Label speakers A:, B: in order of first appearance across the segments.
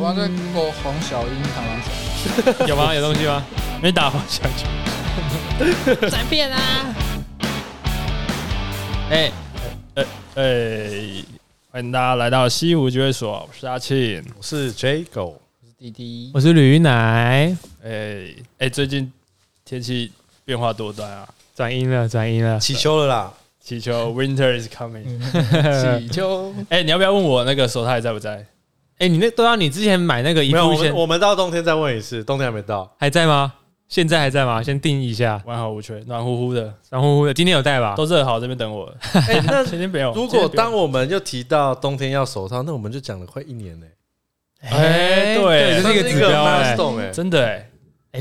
A: 湾在 Google 黄小英台湾省，
B: 有吗？有东西吗？没打黄小姐。
C: 转变啊！
B: 哎哎哎！欢迎大家来到西湖聚会所，我是阿庆。
D: 我是 Jago，
A: 我是弟弟。
C: 我是驴奶，
B: 哎、哎，最近天气变化多端啊！
C: 转阴了，转阴了。
D: 起秋了啦，嗯
B: 祈求 Winter is coming。
A: 喜秋，
B: 哎、你要不要问我那个手套还在不在？
C: 哎、你那都要你之前买那个一
D: 没有，
C: 步
D: 我
C: 先
D: 们我们到冬天再问一次，冬天还 没到，
C: 还在吗？现在还在吗？先定义一下。
B: 完好无缺，暖乎乎的，
C: 然后今天有带吧？
B: 都热好这边等我了。
D: 哎，那
B: 前天没有。
D: 如果当我们又提到冬天要手套，那我们就讲了快一年呢、
B: 哎对
C: 这是一个指标哎、
D: 算是一个 milestone 哎、
B: 真的哎、
C: 哎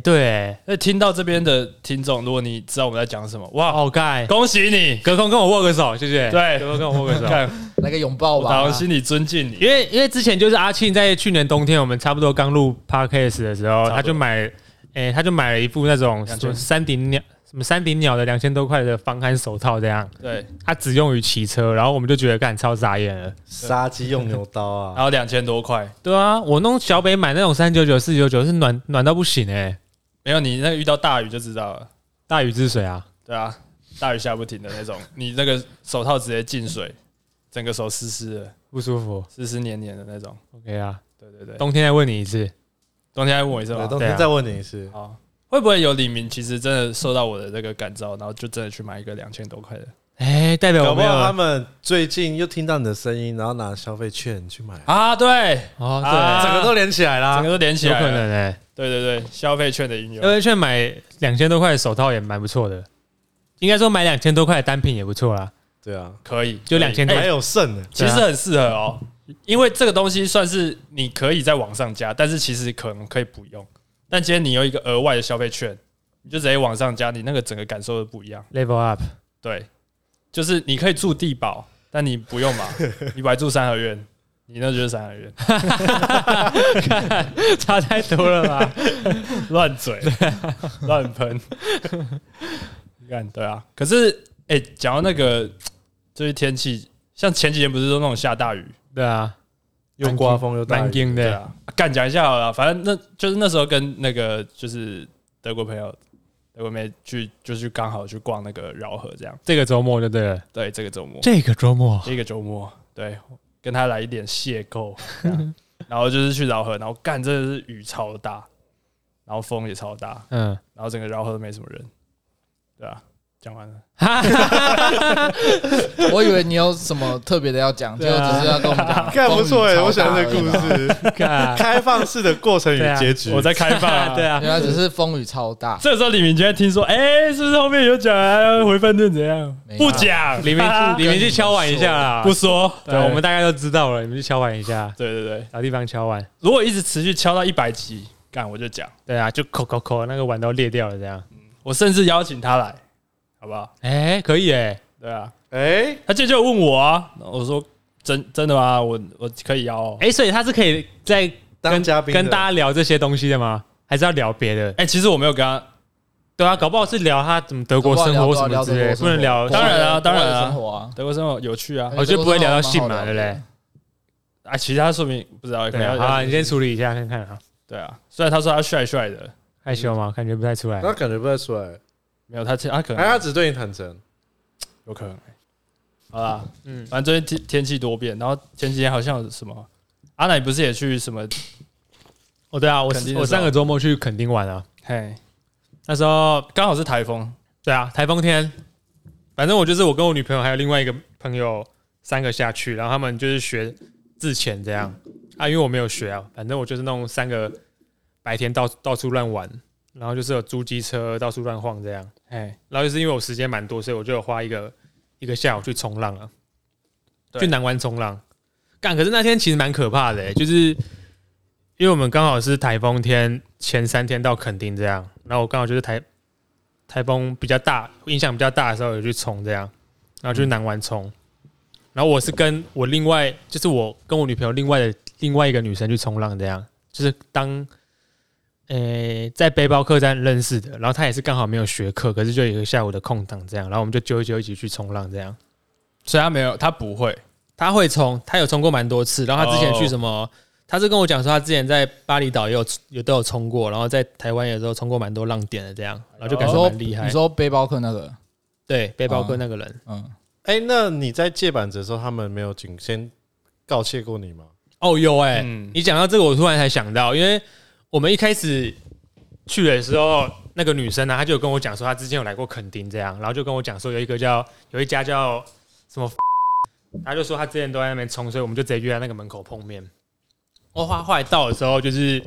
C: 对、欸，
B: 那听到这边的听众，如果你知道我们在讲什么，哇，
C: 好盖，啊
B: 恭喜你！
C: 隔空跟我握个手，谢谢。
B: 对
C: 隔空跟我握个手。
B: 看，
A: 来个拥抱
B: 我打
A: 吧
B: 从。心里尊敬你。
C: 因为因为之前就是阿庆在去年冬天，我们差不多刚录 podcast 的时候，
B: 多
C: 他就买，诶、他就买了一副那种
B: 2000
C: 什么山顶鸟什么山顶鸟的两千多块的防寒手套，这样，
B: 对，
C: 他只用于骑车，然后我们就觉得干超傻眼了。
D: 杀鸡用牛刀
B: 然
D: 啊，
B: 后两千多块，
C: 对啊，我弄小北买那种三九九四九九是暖暖到不行哎、
B: 没有你那个遇到大雨就知道了，
C: 大禹治水啊，
B: 对啊，大雨下不停的那种，你那个手套直接进水，整个手湿湿的，
C: 不舒服。
B: 湿湿黏黏的那种。
C: OK 啊，
B: 对对对，
C: 冬天再问你一次，
B: 冬天还问我一声
D: 对，
B: 吗？
D: 冬天再问你一次，
C: 啊
B: 好，会不会有李明其实真的受到我的这个感召，然后就真的去买一个两千多块的
C: 哎、代表
D: 搞
C: 我
D: 不
C: 没有
D: 好他们最近又听到你的声音，然后拿消费券去买，
B: 啊？对，
C: 哦，对，
B: 啊
D: 整个都连起来
B: 整
D: 啦啊
B: 个。都连起
C: 有
B: 来
C: 可
B: 了。
C: 能哎、
B: 对对对，消费券的应用
C: 因。为券买两千多块的手套也蛮不错的，应该说买两千多块的单品也不错啦。
D: 对啊，
B: 可以，
C: 就
B: 可以
C: 2000多
B: 哎
D: 还有剩呢，
B: 其实很适合哦，因为这个东西算是你可以在网上加，但是其实可能可以不用。但今天你有一个额外的消费券，你就直接往上加，你那个整个感受都不一样。
C: Level up，
B: 对，就是你可以住地堡，但你不用嘛，你白住三合院，你那就是三合院，
C: 差太多了 吧？
B: 乱嘴乱喷。你看，对啊。可是，哎、讲到那个就是天气，像前几年不是都那种下大雨，
C: 对啊，
D: 又刮风又大
C: 蛮
D: 雨，
C: 硬
B: 对
C: 的。
B: 啊，干讲一下好了啦，反正那就是那时候跟那个就是德国朋友，德国妹去就去刚好去逛那个饶河这样，
C: 这个周末就对了，
B: 对，这个周末
C: 这个周末
B: 这个周末，对，跟他来一点邂逅，这样然后就是去饶河，然后干真的是雨超大，然后风也超大，
C: 嗯，
B: 然后整个饶河都没什么人，对啊，讲完了，
A: 我以为你有什么特别的要讲，结
C: 对
A: 果
C: 啊
A: 只是要 跟我们讲。
D: 看不错哎，
A: 哎，
D: 我喜欢这故。 事，
C: 干
D: 开放式的过程
C: 对
D: 与
C: 啊
D: 结局。
B: 我在开放、 啊，
C: 对。啊
A: 原，来只是风雨超大，
B: 这个时候李明居然听说，哎、是不是后面有讲啊？回饭店怎样
A: 没？有
B: 不讲，
C: 里面去里面去敲碗一下 啦。
B: 不说，
C: 哎对，我们大概都知道了，你们去敲碗一下，
B: 对对对，
C: 找地方敲碗。
B: 如果一直持续敲到一百集，干我就讲，
C: 对啊，就扣扣扣，那个碗都裂掉了这样。
B: 我甚至邀请他来，好不好？
C: 哎，可以哎，
B: 对啊，
D: 哎，
B: 他这就问我啊，我说真真的吗？我我可以邀、哦。哎、
C: 哎，所以他是可以在
D: 当
C: 跟
D: 嘉宾的
C: 跟大家聊这些东西的吗？还是要聊别的？
B: 哎其实我没有跟他，
C: 哎对啊，搞不好是聊他怎么德国生活什么之类的，不能聊。
B: 当然啊当然啊
A: 生活啊，
B: 德国生活有趣啊，
C: 我就不会聊到性嘛，
A: 哎
C: 对不对？？
B: 啊，其他说明不知道，可
C: 对
B: 能
C: 啊，
B: 要
C: 好啊，你先处理一下看看啊。
B: 对啊。虽然他说他帅帅的，
C: 害羞吗？感觉不太出来。
D: 他感觉不太出来，
B: 没有他他可
C: 啊
D: 哎，他
B: 能
D: 只对你坦诚。
B: 有可能、好啦，
C: 嗯，
B: 反正最近天天气多变，然后前几天好像有什么阿奶不是也去什么？
C: 哦对啊，我
B: 肯定的时候
C: 我上个周末去垦丁玩啊，
B: 嘿，
C: 那时候
B: 刚好是台风，
C: 对啊，台风天，反正我就是我跟我女朋友还有另外一个朋友三个下去，然后他们就是学自潜这样啊，因为我没有学啊，反正我就是弄三个白天到到处乱玩，然后就是有租机车到处乱晃这样，
B: 嘿，
C: 然后就是因为我时间蛮多，所以我就有花一个一个下午去冲浪啊，
B: 对
C: 去南湾冲浪。干，可是那天其实蛮可怕的、欸，就是因为我们刚好是台风天前三天到垦丁这样，然后我刚好就是台台风比较大，影响比较大的时候有去冲这样，然后去南湾冲。然后我是跟我另外，就是我跟我女朋友另外的另外一个女生去冲浪，这样就是当呃、在背包客栈认识的，然后他也是刚好没有学课，可是就有一个下午的空档这样，然后我们就揪一揪一起去冲浪这样。
B: 所以他没有，他不会。
C: 他会冲，他有冲过蛮多次，然后他之前
B: 哦
C: 去什么他是跟我讲说，他之前在巴厘岛也有也都有冲过，然后在台湾有时候冲过蛮多浪点的，这样，然后就
A: 你
C: 感觉
A: 说
C: 蛮厉害
A: 哦你。说背包客那个，
C: 对，背包客那个人，
A: 嗯，
D: 哎，那你在借板子的时候，他们没有警先告诫过你吗？
C: 哦，有哎、
B: 嗯
C: 你讲到这个，我突然才想到，因为我们一开始去的时候，那个女生呢、她就有跟我讲说，她之前有来过垦丁这样，然后就跟我讲说，有一个叫有一家叫什么， 她就说她之前都在那边冲，所以我们就直接约在那个门口碰面。哦，后后来到的时候，就是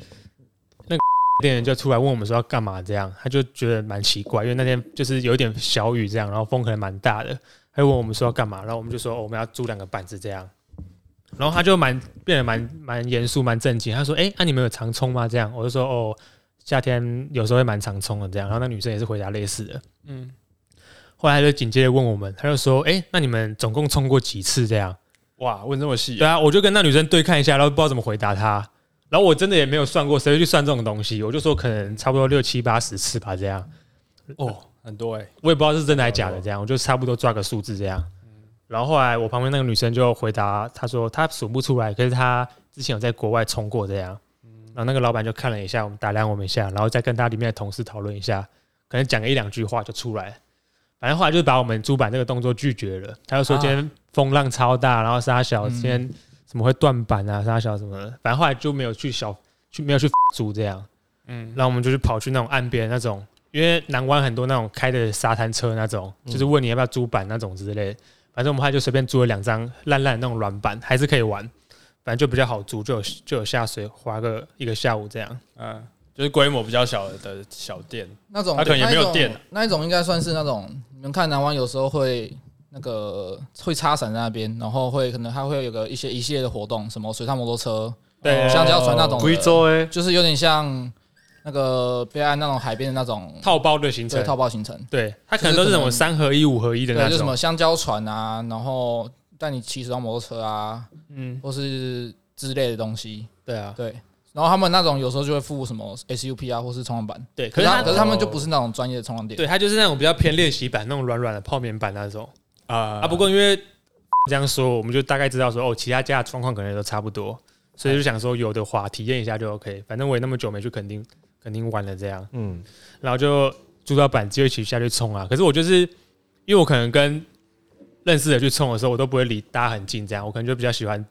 C: 那个 店员就出来问我们说要干嘛这样，他就觉得蛮奇怪，因为那天就是有一点小雨这样，然后风可能蛮大的，他就问我们说要干嘛，然后我们就说、哦我们要租两个板子这样。然后他就蛮变得蛮蛮严肃、蛮正经。他说：“哎、那、你们有常冲吗？”这样，我就说：“哦，夏天有时候会蛮常冲的。”这样，然后那女生也是回答类似的。
B: 嗯，
C: 后来他就紧接着问我们，他就说：“哎、那你们总共冲过几次？”这样，
B: 哇，问这么细
C: 对，啊，我就跟那女生对看一下，然后不知道怎么回答她。然后我真的也没有算过，谁会去算这种东西？我就说可能差不多六七八十次吧，这样。
B: 哦，很多哎，
C: 我也不知道是真的还是假的，这样我就差不多抓个数字这样。然后后来我旁边那个女生就回答，她说她数不出来，可是她之前有在国外冲过这样。然后那个老板就看了一下，我们打量我们一下，然后再跟他里面的同事讨论一下，可能讲个一两句话就出来了。反正后来就把我们主板这个动作拒绝了，他就说
A: 啊
C: 今天风浪超大，然后沙小
A: 嗯
C: 今天什么会断板啊，沙小什么的，反正后来就没有去小去没有去 租这样。
B: 嗯，
C: 然后我们就去跑去那种岸边那种，因为南湾很多那种开的沙滩车那种，就是问你要不要租板那种之类的。反正我们后来就随便租了两张烂烂的那种软板，还是可以玩，反正就比较好租，就有就有下水划个一个下午这样。
B: 嗯，就是规模比较小的小店，
A: 那种
B: 他可能也没有
A: 那种
B: 电啊
A: 那一种应该算是那种，你们看南湾有时候会那个会插伞在那边，然后会可能还会有个一些一系列的活动，什么水上摩托车，
B: 哦
C: 对，欸
A: 香蕉船那种的
D: 贵州哎，
A: 就是有点像那个北岸那种海边的那种
C: 套包的行
A: 对
C: 程，
A: 套包行程，
C: 对，它可能都是那种
A: 就是
C: 三合一、五合一的
A: 对，
C: 那
A: 就什
C: 种
A: 么。香蕉船啊，然后带你骑水上摩托车啊，
C: 嗯，
A: 或是之类的东西，
C: 对啊，
A: 对。然后他们那种有时候就会附什么 SUP 啊，或是冲浪板，
C: 对。
A: 可
C: 可是
A: 是他
C: 它
A: 可是他们就不是那种专业的冲浪店，
C: 对它就是那种比较偏练习版那种软软的泡棉板那种。
B: 啊
C: 啊，不过因为这样说，我们就大概知道说，哦，其他家的状况可能也都差不多，所以就想说有的话体验一下就 OK。反正我也那么久没去垦丁，垦丁玩了这样，
D: 嗯，
C: 然后就租到板机一起下去冲啊。可是我就是因为我可能跟认识的去冲的时候，我都不会离大家很近，这样我可能就比较喜欢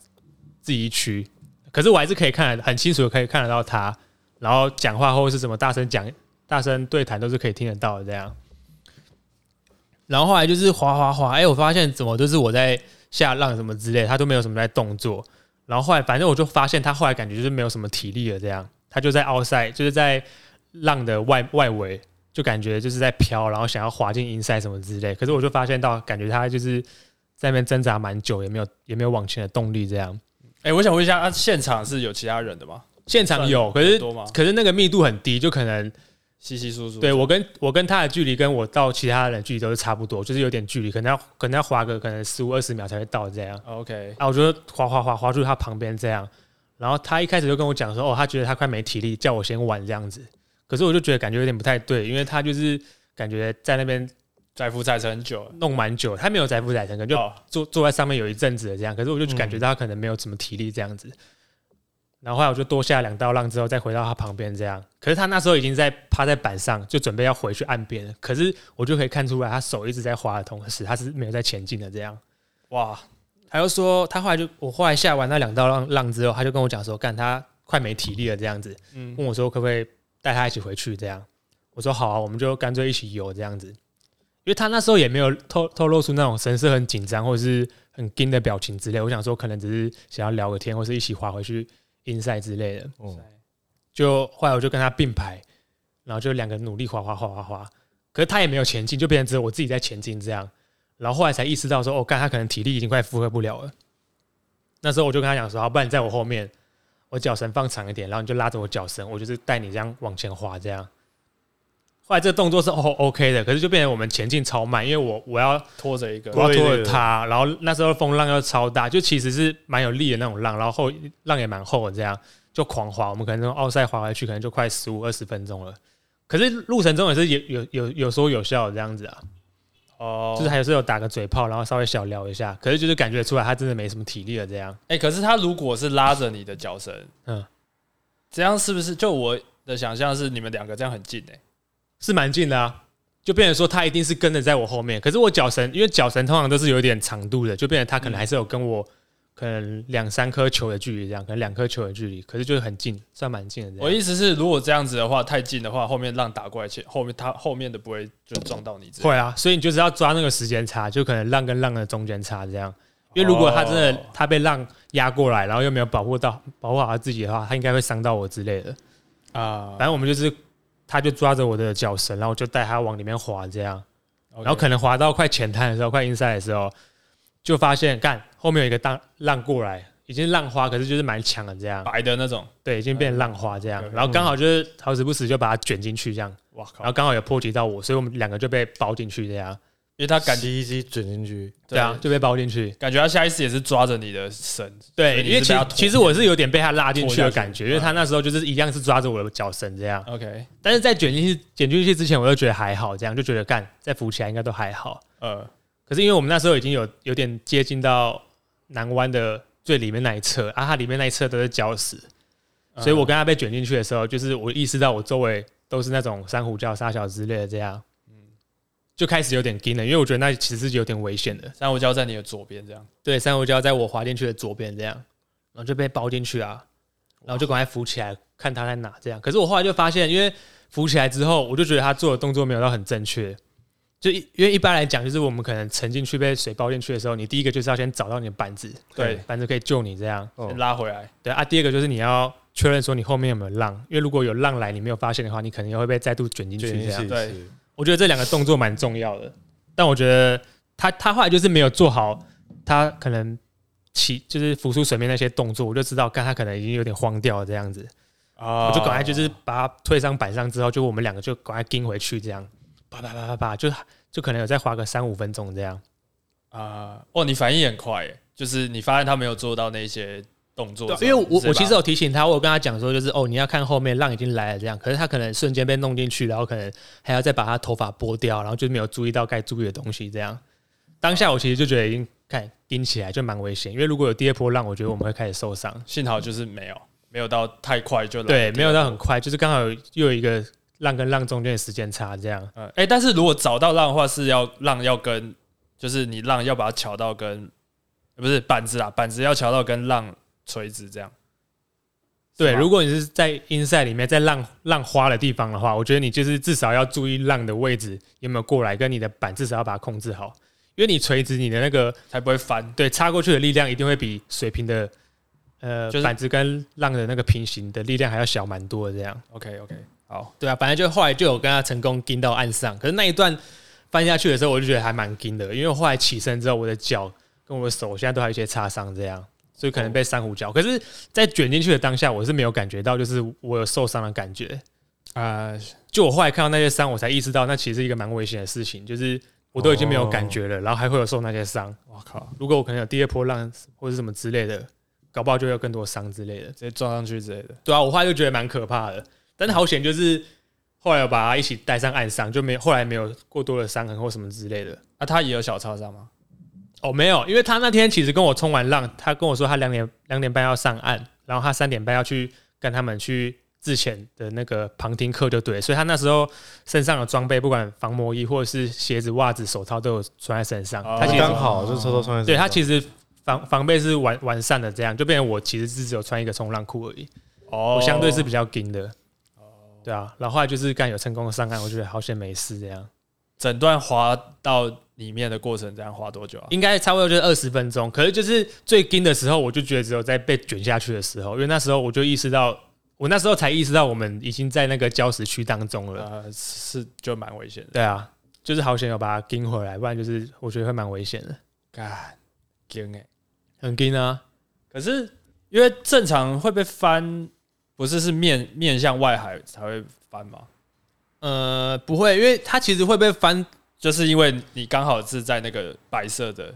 C: 自己一区。可是我还是可以看得很清楚，可以看得到他，然后讲话或是什么大声讲、大声对谈都是可以听得到的这样。然后后来就是滑滑滑，哎、我发现怎么就是我在下浪什么之类，他都没有什么在动作。然后后来反正我就发现他后来感觉就是没有什么体力了，这样他就在 outside，就是在浪的外外围，就感觉就是在飘，然后想要滑进 inside 什么之类。可是我就发现到，感觉他就是在那边挣扎蛮久，也没有也没有往前的动力这样。
B: 哎，我想问一下，啊，现场是有其他人的吗？
C: 现场有，可
B: 算
C: 是
B: 多吗？
C: 可是那个密度很低，就可能
B: 稀稀疏疏，
C: 对我跟我跟他的距离跟我到其他人的距离都是差不多，就是有点距离，可能要可能要滑个可能十五二十秒才会到这样。
B: ，OK，
C: 啊，我就滑滑滑滑住他旁边这样，然后他一开始就跟我讲说，哦，他觉得他快没体力，叫我先玩这样子。可是我就觉得感觉有点不太对，因为他就是感觉在那边
B: 载浮载沉很久了，
C: 弄蛮久，他没有载浮载沉，可能就
B: 哦
C: 坐坐在上面有一阵子了这样，可是我就感觉到他可能没有什么体力这样子。然后后来我就多下两道浪之后，再回到他旁边这样。可是他那时候已经在趴在板上，就准备要回去岸边了。可是我就可以看出来，他手一直在滑的同时，他是没有在前进的这样。
B: 哇，
C: 他就说，他后来就我后来下完那两道浪浪之后，他就跟我讲说，干他快没体力了这样子，
B: 嗯，
C: 问我说可不可以带他一起回去这样。我说好啊，我们就干脆一起游这样子，因为他那时候也没有透透露出那种神色很紧张或者是很惊的表情之类。我想说，可能只是想要聊个天，或是一起划回去 inside 之类的。
D: 哦
C: 就后来我就跟他并排，然后就两个人努力滑滑滑滑滑，可是他也没有前进，就变成只有我自己在前进这样。然后后来才意识到说，哦，干，他可能体力已经快负荷不了了。那时候我就跟他讲说，好，哦不然你在我后面，我脚绳放长一点，然后你就拉着我脚绳，我就是带你这样往前滑这样。后来这个动作是哦 OK 的，可是就变成我们前进超慢，因为我我要
B: 拖着一个
C: 我，要
D: 对
C: 拖着
D: 对
C: 他，然后那时候风浪又超大，就其实是蛮有力的那种浪，然后后浪也蛮厚的，这样就狂滑。我们可能从奥赛滑回去，可能就快十五二十分钟了。可是路程中也是有有有有说有笑的这样子啊，
B: 哦，
C: 就是还是有打个嘴炮，然后稍微小聊一下。可是就是感觉出来他真的没什么体力了，这样。
B: 哎、可是他如果是拉着你的脚绳，嗯
C: 嗯，
B: 这样是不是就我的想象是你们两个这样很近哎、
C: 是蛮近的啊，就变成说他一定是跟着在我后面。可是我脚绳，因为脚绳通常都是有一点长度的，就变成他可
D: 嗯
C: 能还是有跟我可能两三颗球的距离，这样可能两颗球的距离，可是就是很近，算蛮近的这
B: 我
C: 样。
B: 意思是，如果这样子的话，太近的话，后面浪打过来前，后面他后面的不会就撞到你之类的。
C: 会啊，所以你就是要抓那个时间差，就可能浪跟浪的中间差这样。因为如果他真的
B: 哦
C: 他被浪压过来，然后又没有保护到保护好他自己的话，他应该会伤到我之类的。
B: 啊
C: 反，正我们就是，他就抓着我的脚绳，然后我就带他往里面滑这样。
B: 然
C: 然后可能滑到快浅滩的时候，快 inside 的时候，哦就发现干后面有一个浪浪过来，已经是浪花，可是就是蛮强的这样，
B: 白的那种，
C: 对，已经变浪花这样
B: 嗯。
C: 然后刚好就是好死不死就把它卷进去这样，
B: 哇靠
C: 然！后刚好也波及到我，所以我们两个就被包进去这样，
B: 因为他感
D: 感
B: 觉
D: 觉一击卷进去，
C: 对啊，，就被包进去。
B: 感觉他下意识也是抓着你的绳，所以
C: 对，
B: 你
C: 因为
B: 是
C: 其
B: 被他拖
C: 其实我是有点被他拉进去
B: 拖下去
C: 的
B: 嗯
C: 感觉，因为他那时候就是一样是抓着我的脚绳这样，
B: OK，
C: 但是在卷进去卷进去之前，我就觉得还好，这样就觉得干再浮起来应该都还好。
B: 呃，
C: 可是因为我们那时候已经有有点接近到南湾的最里面那一侧，啊，它里面那一侧都是礁石，
B: 嗯
C: 所以我跟他被卷进去的时候，就是我意识到我周围都是那种珊瑚礁、沙小之类的，这样，
B: 嗯
C: 就开始有点惊了，因为我觉得那其实是有点危险的。
B: 珊瑚礁在你的左边这样。
C: 对，珊瑚礁在我滑进去的左边这样，然后就被包进去啊，然后就赶快浮起来看它在哪这样。可是我后来就发现，因为浮起来之后，我就觉得他做的动作没有到很正确。就一因为一般来讲，就是我们可能沉进去被水包进去的时候，你第一个就是要先找到你的板子，
B: 对
C: 板子可以救你这样。
D: 哦
B: 先拉回来，
C: 对啊，第二个就是你要确认说你后面有没有浪，因为如果有浪来你没有发现的话，你可能又会被再度卷进去
D: 卷
C: 这
D: 进
C: 样
D: 去。
B: 对
D: 是
C: 我觉得这两个动作蛮重要的，但我觉得他他后来就是没有做好，他可能起就是浮出水面那些动作，我就知道，看他可能已经有点慌掉了这样子，
B: 啊
C: 我就赶快就是把他推上板上之后，就我们两个就赶快盯回去这样，叭叭叭叭叭，就就可能有再花个三五分钟这样。
B: 啊，哦，你反应很快耶，就是你发现他没有做到那些动作
C: 对啊
B: 之，类
C: 因
B: 的，
C: 为我
B: 是吧
C: 我其实有提醒他，我有跟他讲说，就是哦，你要看后面浪已经来了这样，可是他可能瞬间被弄进去，然后可能还要再把他头发拨掉，然后就没有注意到该注意的东西这样。当下我其实就觉得已经看盯起来就蛮危险，因为如果有第二波浪，我觉得我们会开始受伤。
B: 幸好就是没有，没有到太快就来。
C: 对，没有到很快，就是刚好有又有一个浪跟浪中间的时间差这样。
B: 呃，哎、但是如果找到浪的话，是要浪要跟，就是你浪要把它调到跟，呃不是板子啦，板子要调到跟浪垂直这样。
C: 对，如
B: 果
C: 果你是在 inside 里面在浪浪花的地方的话，我觉得你就是至少要注意浪的位置有没有过来，跟你的板至少要把它控制好，因为你垂直你的那个
B: 才不会翻。
C: 对，插过去的力量一定会比水平的呃、
B: 就是
C: 板子跟浪的那个平行的力量还要小蛮多的。这样
B: OK OK，好，
C: 对啊，反正就后来就有跟他成功盯到岸上，可是那一段翻下去的时候，我就觉得还蛮盯的，因为我后来起身之后，我的脚跟我的手现在都还有一些擦伤，这样。所以可能被珊瑚礁，可是，在卷进去的当下，我是没有感觉到，就是我有受伤的感觉。
B: 啊、
C: 就我后来看到那些伤，我才意识到，那其实是一个蛮危险的事情，就是我都已经没有感觉了，然后还会有受那些伤。
B: 我靠，
C: 如果我可能有第二波浪或者什么之类的，搞不好就会有更多伤之类的。
B: 直接撞上去之类的。
C: 对啊，我后来就觉得蛮可怕的，但是好险就是后来我把他一起带上岸上，就没后来没有过多的伤痕或什么之类的。
B: 啊，他也有小擦伤吗？
C: 哦，没有，因为他那天其实跟我冲完浪，他跟我说他两点两点半要上岸，然后他三点半要去跟他们去自潜的那个旁听课，就对，所以他那时候身上的装备，不管防磨衣或者是鞋子、袜子、手套都有穿在身上，
B: 哦
C: 他其实
D: 刚好就偷偷穿在身上，
C: 对他其实防防备是完完善的，这样就变成我其实是只有穿一个冲浪裤而已，
B: 哦
C: 我相对是比较紧的。对啊，然后后来就是干有成功的上岸，我觉得好险没事，这样
B: 整段滑到里面的过程，这样滑多久啊？
C: 应该差不多就是二十分钟。可是就是最紧的时候，我就觉得只有在被卷下去的时候，因为那时候我就意识到，我那时候才意识到我们已经在那个礁石区当中了。
B: 呃，是就蛮危险的。
C: 对啊，就是好险有把它紧回来，不然就是我觉得会蛮危险的，
B: 干，惊哎！
C: 很紧啊。
B: 可是因为正常会被翻，不是是面面向外海才会翻吗？
C: 呃，不会，因为它其实会被翻，
B: 就是因为你刚好是在那个白色的，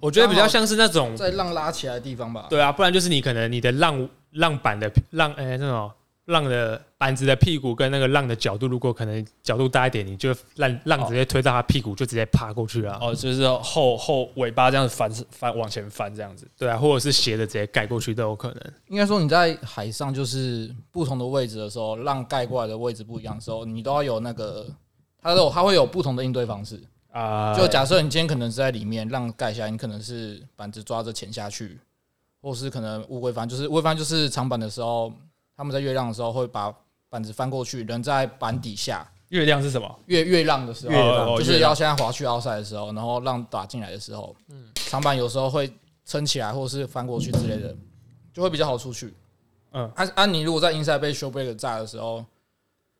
C: 我觉得比较像是那种
A: 在浪拉起来的地方吧。
C: 对啊，不然就是你可能你的浪浪板的浪，哎、那种浪的板子的屁股跟那个浪的角度，如果可能角度大一点，你就浪浪直接推到他屁股，就直接趴过去啊。
B: 哦，就是后后尾巴这样子翻翻往前翻这样子。
C: 对啊，或者是斜的直接盖过去都有可能。
A: 应该说你在海上就是不同的位置的时候，浪盖过来的位置不一样的时候，你都要有那个，它都有它会有不同的应对方式。
B: 啊，
A: 就假设你今天可能是在里面浪盖下来，你可能是板子抓着潜下去，或是可能乌龟翻，就是乌龟翻就是长板的时候，他们在越浪的时候会把板子翻过去，人在板底下。
B: 月亮是什么？
A: 越越浪的时候，
B: 越浪哦
A: 就是
B: 越
A: 要
B: 浪
A: 现在滑去奥赛的时候，然后浪打进来的时候，长板有时候会撑起来，或是翻过去之类的，就会比较好出去。
B: 嗯
A: 嗯，安安妮如果在 inside 被 show break 炸的时候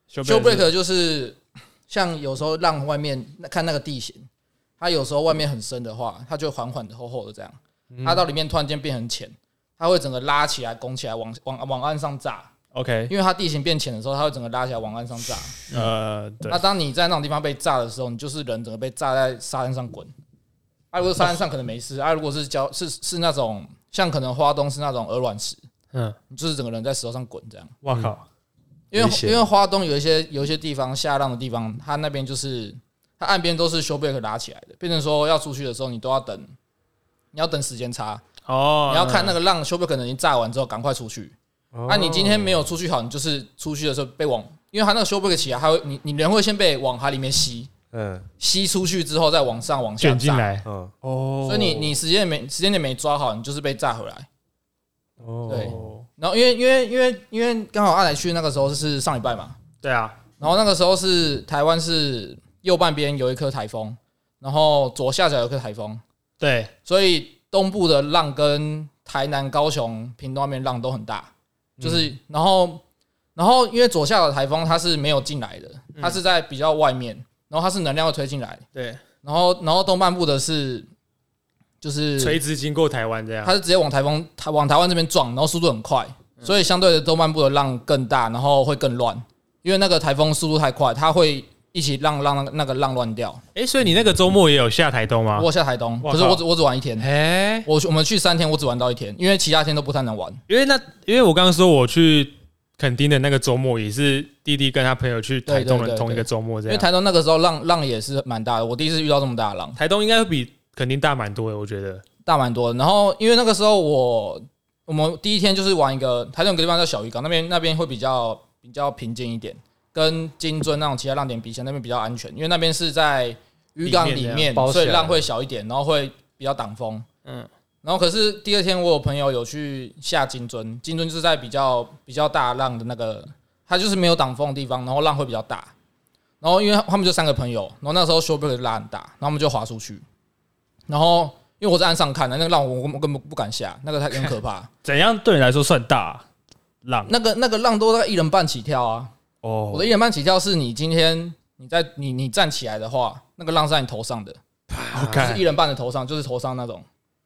B: 修
A: ，show
B: 贝
A: break 就是像有时候浪外面那看那个地形，它有时候外面很深的话，它就缓缓的厚厚的这样，它到里面突然间变很浅，它会整个拉起来拱起来往往往岸上炸，
B: OK，
A: 因为它地形变浅的时候，它会整个拉起来往岸上炸。
B: 呃，对
A: 那，当你在那种地方被炸的时候，你就是人整个被炸在沙滩上滚。啊，如果是沙滩上可能没事，啊，如果是礁是是那种像可能花东是那种鹅卵石，
C: 嗯，
A: 你就是整个人在石头上滚这样。
B: 哇靠，
A: 因为
D: 危险
A: 因为花东有一些有一些地方下浪的地方，它那边就是它岸边都是修贝壳拉起来的，变成说要出去的时候你都要等，你要等时间差，
C: 哦
A: 你要看那个浪修贝壳能已经炸完之后赶快出去。
D: 啊哦
A: 那、你今天没有出去好，你就是出去的时候被往，因为它那个修贝壳起来，它会你你人会先被往海里面吸，
D: 嗯
A: 吸出去之后再往上往下
C: 卷进
A: 炸，
C: 来
D: 嗯
C: 哦
A: 所以你你时间没时间点没抓好，你就是被炸回来。
D: 哦
A: 对然后因为因为因为因为刚好阿来去那个时候是上礼拜嘛，
C: 对啊，
A: 然后那个时候是台湾是右半边有一颗台风，然后左下角有一颗台风，
C: 对，
A: 所以东部的浪跟台南、高雄、屏东那边浪都很大，就是、然后然后因为左下角的台风它是没有进来的，它是在比较外面，然后它是能量会推进来，
C: 对，
A: 然后然后东半部的是就是
C: 垂直经过台湾这样
A: 它。是直接往台风台往台湾这边撞，然后速度很快，
B: 嗯
A: 所以相对的东半部的浪更大，然后会更乱，因为那个台风速度太快，它会一起让让那个浪乱掉。
C: 哎，所以你那个周末也有下台东吗？
A: 我下台东，
B: 啊哇
A: 可是
B: 靠
A: 我只我只玩一天，
C: 哎，
A: 我我们去三天，我只玩到一天，因为其他天都不太能玩。
C: 因为那因为我刚刚说我去垦丁的那个周末也是弟弟跟他朋友去台东
A: 对对
C: 的
A: 对
C: 同一个周末这
A: 因为
C: 样，
A: 台东那个时候浪浪也是蛮大的，我第一次遇到这么大的浪，
C: 台东应该会比垦丁大蛮多的，我觉得。
A: 大蛮多的。然后因为那个时候我我们第一天就是玩一个台东有个地方叫小渔港，那边那边会比较比较平静一点，跟金樽那种其他浪点比起来，那边比较安全，因为那边是在渔港
C: 里
A: 里
C: 面
A: 面，
D: 包
A: 所以
D: 起来
A: 浪会小一点，然后会比较挡风。
C: 嗯
A: 嗯。然后可是第二天我有朋友有去下金樽，金樽就是在比较比较大浪的那个，它就是没有挡风的地方，然后浪会比较大。然后因为他们就三个朋友，然后那时候修贝克拉很大，然后我们就划出去，然后因为我在岸上看的，那个浪我我根本不敢下，那个太很可 怕，
B: 怎样对你来说算大啊浪？
A: 那个那个浪都大概一人半起跳啊，我
B: 哦
A: 的，一人半起跳是你今天你在你你站起来的话，那个浪是在你头上的，就是一人半的头上，就是头上那种。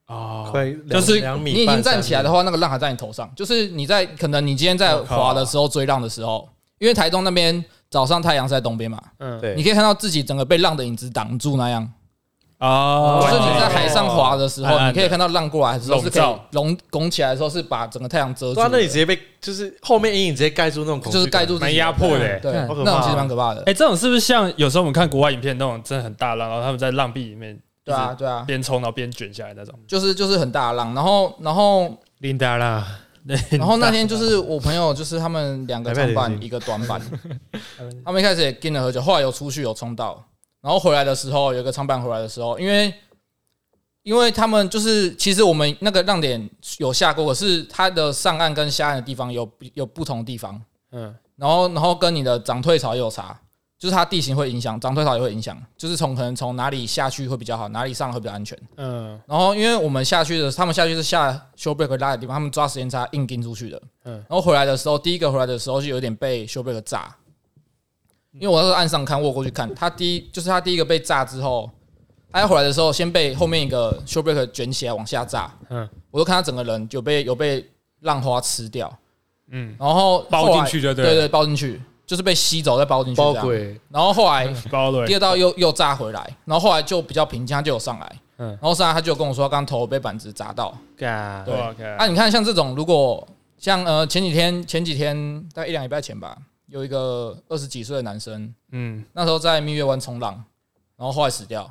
C: 哦，
D: 快
B: 就
D: 两
B: 是
D: 两米
A: 你已经
D: 半
A: 站起来的
D: 话，
A: 话，那个浪还在你头上。就是你在可能你今天在滑的时候追浪的时候，因为台东那边早上太阳是在东边嘛，
C: 嗯，
A: 你
D: 对，
A: 可以看到自己整个被浪的影子挡住那样。
D: 哦
B: 啊，
A: 就是你在海上滑的时
B: 哦
A: 候，你可以看到浪过来的时候是可
B: 笼
A: 以
B: 罩
A: 笼拱起来的时候是把整个太阳遮住
D: 对啊，那你
A: 的，
D: 直接被就是后面阴影直接盖住那种恐惧感，
A: 就是盖住自
C: 蛮
A: 己的
C: 压迫的欸。
A: 对，
D: 好可怕
A: 那种其实蛮可怕哦的。
B: 哎，这种是不是像有时候我们看国外影片那种真的很大浪，然后他们在浪壁里面
A: 对啊，对啊，
B: 边冲然后边卷下来那种？
A: 就是就是很大的浪，然后然 后
C: 琳达啦，
A: 然后那天就是我朋友，就是他们两个长
D: 台北
A: 板
D: 的
A: 一个短板，他们一开始也跟了喝酒，后来有出去有冲到，然后回来的时候有一个长板回来的时候，因为因为他们就是其实我们那个浪点有下过，可是它的上岸跟下岸的地方有有不同的地方，
C: 嗯，
A: 然后然后跟你的涨退潮也有差，就是它地形会影响，涨退潮也会影响，就是从可能从哪里下去会比较好，哪里上会比较安全。
C: 嗯，
A: 然后因为我们下去的，他们下去是下 show break 拉的地方，他们抓时间差硬盯出去的。
C: 嗯
A: 嗯，然后回来的时候，第一个回来的时候就有点被 show break 炸，因为我那时候岸上看，我过去看，他第一就是他第一个被炸之后，他要回来的时候，先被后面一个 show break 卷起来往下炸。
C: 嗯
A: 嗯，我就看他整个人有被有被浪花吃掉，
C: 嗯
A: 嗯，然后
C: 包
A: 后来
C: 进去就对
A: 对
C: 了
A: 对，包进去就是被吸走再包进去
D: 包
A: 这样。
D: 鬼，
A: 然后后来
B: 包 了
A: 第，二道又又炸回来，然后后来就比较平静，他就有上来，
C: 嗯
A: 嗯，然后上来他就跟我说，刚头被板子砸到。
C: 嘎
A: 对啊
B: 哇，OK
A: 啊，你看像这种，如果像呃前几天前几天大概一两礼拜前吧，有一个二十几岁的男生，
B: 嗯
A: 那时候在蜜月湾冲浪，然后后来死掉，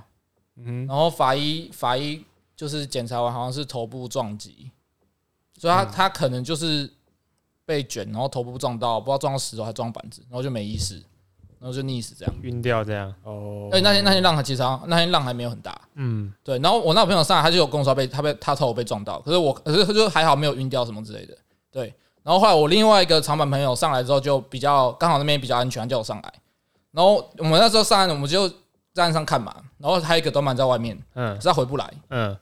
B: 嗯哼，
A: 然后法医法医就是检查完好像是头部撞击，所以
B: 嗯
A: 他、他可能就是被卷，然后头部撞到，不知道撞到石头还撞板子，然后就没意识，然后就溺死这样。
C: 晕掉这样，
B: 哦
A: 而且那天那天浪还其实好像那天浪还没有很大，
C: 嗯，
A: 对。然后我那朋友上来，他就有跟我说他被他被他头被撞到，可是我可是就还好没有晕掉什么之类的，对。然后后来我另外一个长板朋友上来之后就比较刚好那边比较安全，他叫我上来。然后我们那时候上岸，我们就在岸上看嘛。然后还有一个短板在外面，可
C: 嗯
A: 是他回不来。
C: 嗯，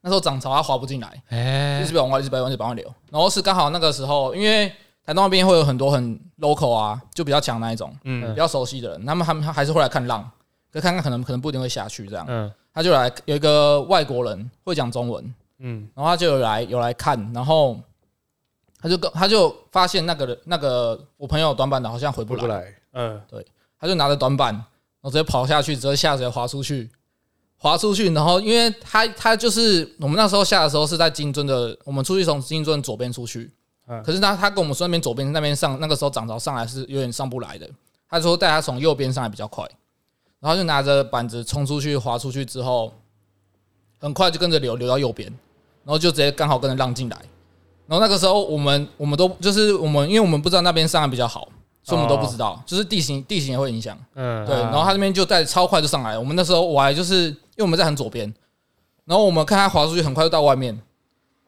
A: 那时候涨潮他划不进来，
C: 哎
A: 一，直被往外一直被往外一直被往外流。然后是刚好那个时候，因为台东那边会有很多很 local 啊，就比较强那一种，
B: 嗯
A: 比较熟悉的人，他们他们还是会来看浪，可看看可能可能不一定会下去这样。
C: 嗯
A: 他就来有一个外国人会讲中文，
B: 嗯
A: 然后他就有来有来看，然后他就跟他就发现那个人那个我朋友短板的好像回不
D: 回不
A: 来，
D: 来，
B: 呃，
A: 他就拿着短板，然后直接跑下去，直接下水滑出去，滑出去，然后因为他他就是我们那时候下的时候是在金樽的，我们出去从金樽左边出去
B: 嗯，
A: 可是他他跟我们说那边左边那边上那个时候涨潮上来是有点上不来的，他说带他从右边上来比较快，然后就拿着板子冲出去滑出去之后，很快就跟着流流到右边，然后就直接刚好跟着浪进来。然后那个时候，我们我们都就是我们，因为我们不知道那边上岸比较好，所以我们都不知道，就是地形地形也会影响。
C: 嗯，
A: 对，
B: 啊
A: 然后他那边就带超快就上来了。我们那时候我还就是因为我们在很左边，然后我们看他滑出去，很快就到外面，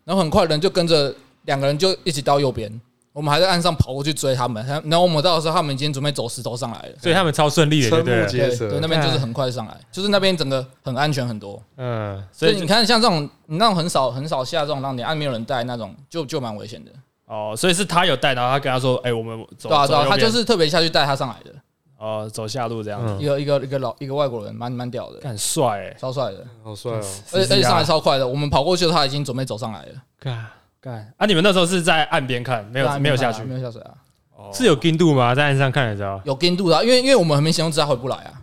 A: 然后很快人就跟着两个人就一起到右边，我们还在岸上跑过去追他们。他然后我们到的时候，他们已经准备走石头上来了，
C: 所以他们超顺利的，对
D: 瞠
C: 不对
D: 目
C: 了？
D: 结
A: 对，
D: 舌
A: 那。边就是很快上来，就是那边整个很安全很多。
C: 嗯，
A: 所
B: 所
A: 以
B: 以
A: 你看，像这种你那种很少很少下这种浪点，岸没有人带那种，就就蛮危险的。
B: 哦，所以是他有带，然后他跟他说，哎，我们走，
A: 对啊，对啊
B: 走，右
A: 他就
B: 边
A: 是特别下去带他上来的，
B: 哦，走下路这样子，
C: 嗯
A: 一个一个一个老一个外国人，蛮蛮屌的，
B: 很帅哎，
A: 超帅的，
D: 好帅哦！
A: 而且而且
B: 是啊
A: 上来超快的。我们跑过去，他已经准备走上来了，
C: 干
B: 干啊！你们那时候是在岸边看，没
A: 对啊
B: 有没有
A: 看
B: 下
A: 啊
B: 去
A: 没，有下水啊，
B: 哦
C: 是有进度吗？在岸上看得着？
A: 有跟度的啊，因为因为我们很明显就知道他回不来啊。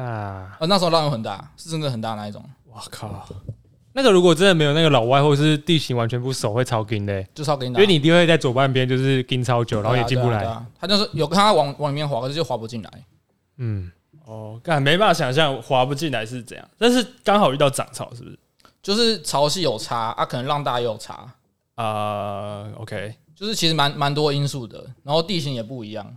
C: 啊，
A: 呃，那时候浪有很大，是真的很大那一种，
B: 哇靠，
C: 那个如果真的没有那个老外，或是地形完全不熟，会超紧的、欸
A: 就是要给你
C: 因
B: 啊
A: 打。
C: 为你一定会在左半边就是跟超久，然后也进不
A: 对啊对啊对
C: 来。
A: 啊他就是有看他往往里面滑，可是就滑不进来。
C: 嗯，
B: 哦，干没办法想象滑不进来是怎样，但是刚好遇到涨潮，是不是？
A: 就是潮汐有差啊，可能浪大也有差，
B: 啊，OK，
A: 就是其实蛮蛮多因素的，然后地形也不一样。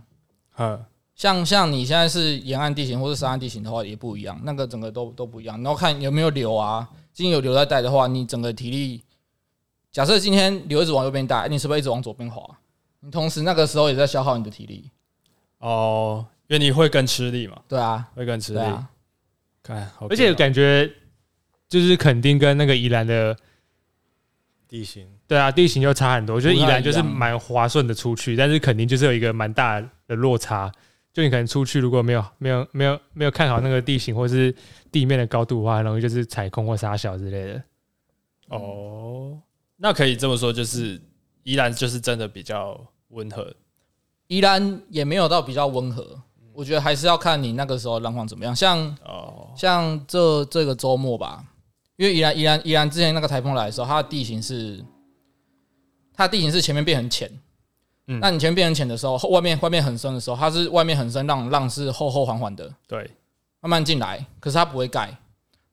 B: 嗯，
A: 像像你现在是沿岸地形或是沙岸地形的话，也不一样，那个整个都都不一样。然后看有没有流啊，今天有流在带的话，你整个体力，假设今天流一直往右边带，啊你是不是一直往左边滑？你同时那个时候也在消耗你的体力，
B: 哦，因为你会更吃力嘛，
A: 对啊，
B: 会更吃
A: 对
B: 力，
A: 啊，
B: 看，好
C: 而且
B: 屌
C: 感觉就是肯定跟那个宜兰的，
D: 地形
C: 对啊，地形就差很多。我觉得宜兰就是
A: 不太一样
C: 蛮划算的出去，但是肯定就是有一个蛮大的落差。就你可能出去如果没有没有没有没有看好那个地形或是地面的高度的话，很容易就是踩空或杀小之类的。
B: 嗯哦，那可以这么说，就是依然就是真的比较温和，
A: 宜兰也没有到比较温和，我觉得还是要看你那个时候浪况怎么样。像
B: 哦，
A: 像这这个周末吧，因为宜兰宜兰宜兰之前那个台风来的时候，它的地形是，它的地形是前面变很浅，
B: 嗯
A: 那你前面变很浅的时候，后外面外面很深的时候，它是外面很深，浪浪是厚厚缓缓的
B: 对，
A: 慢慢进来，可是它不会盖，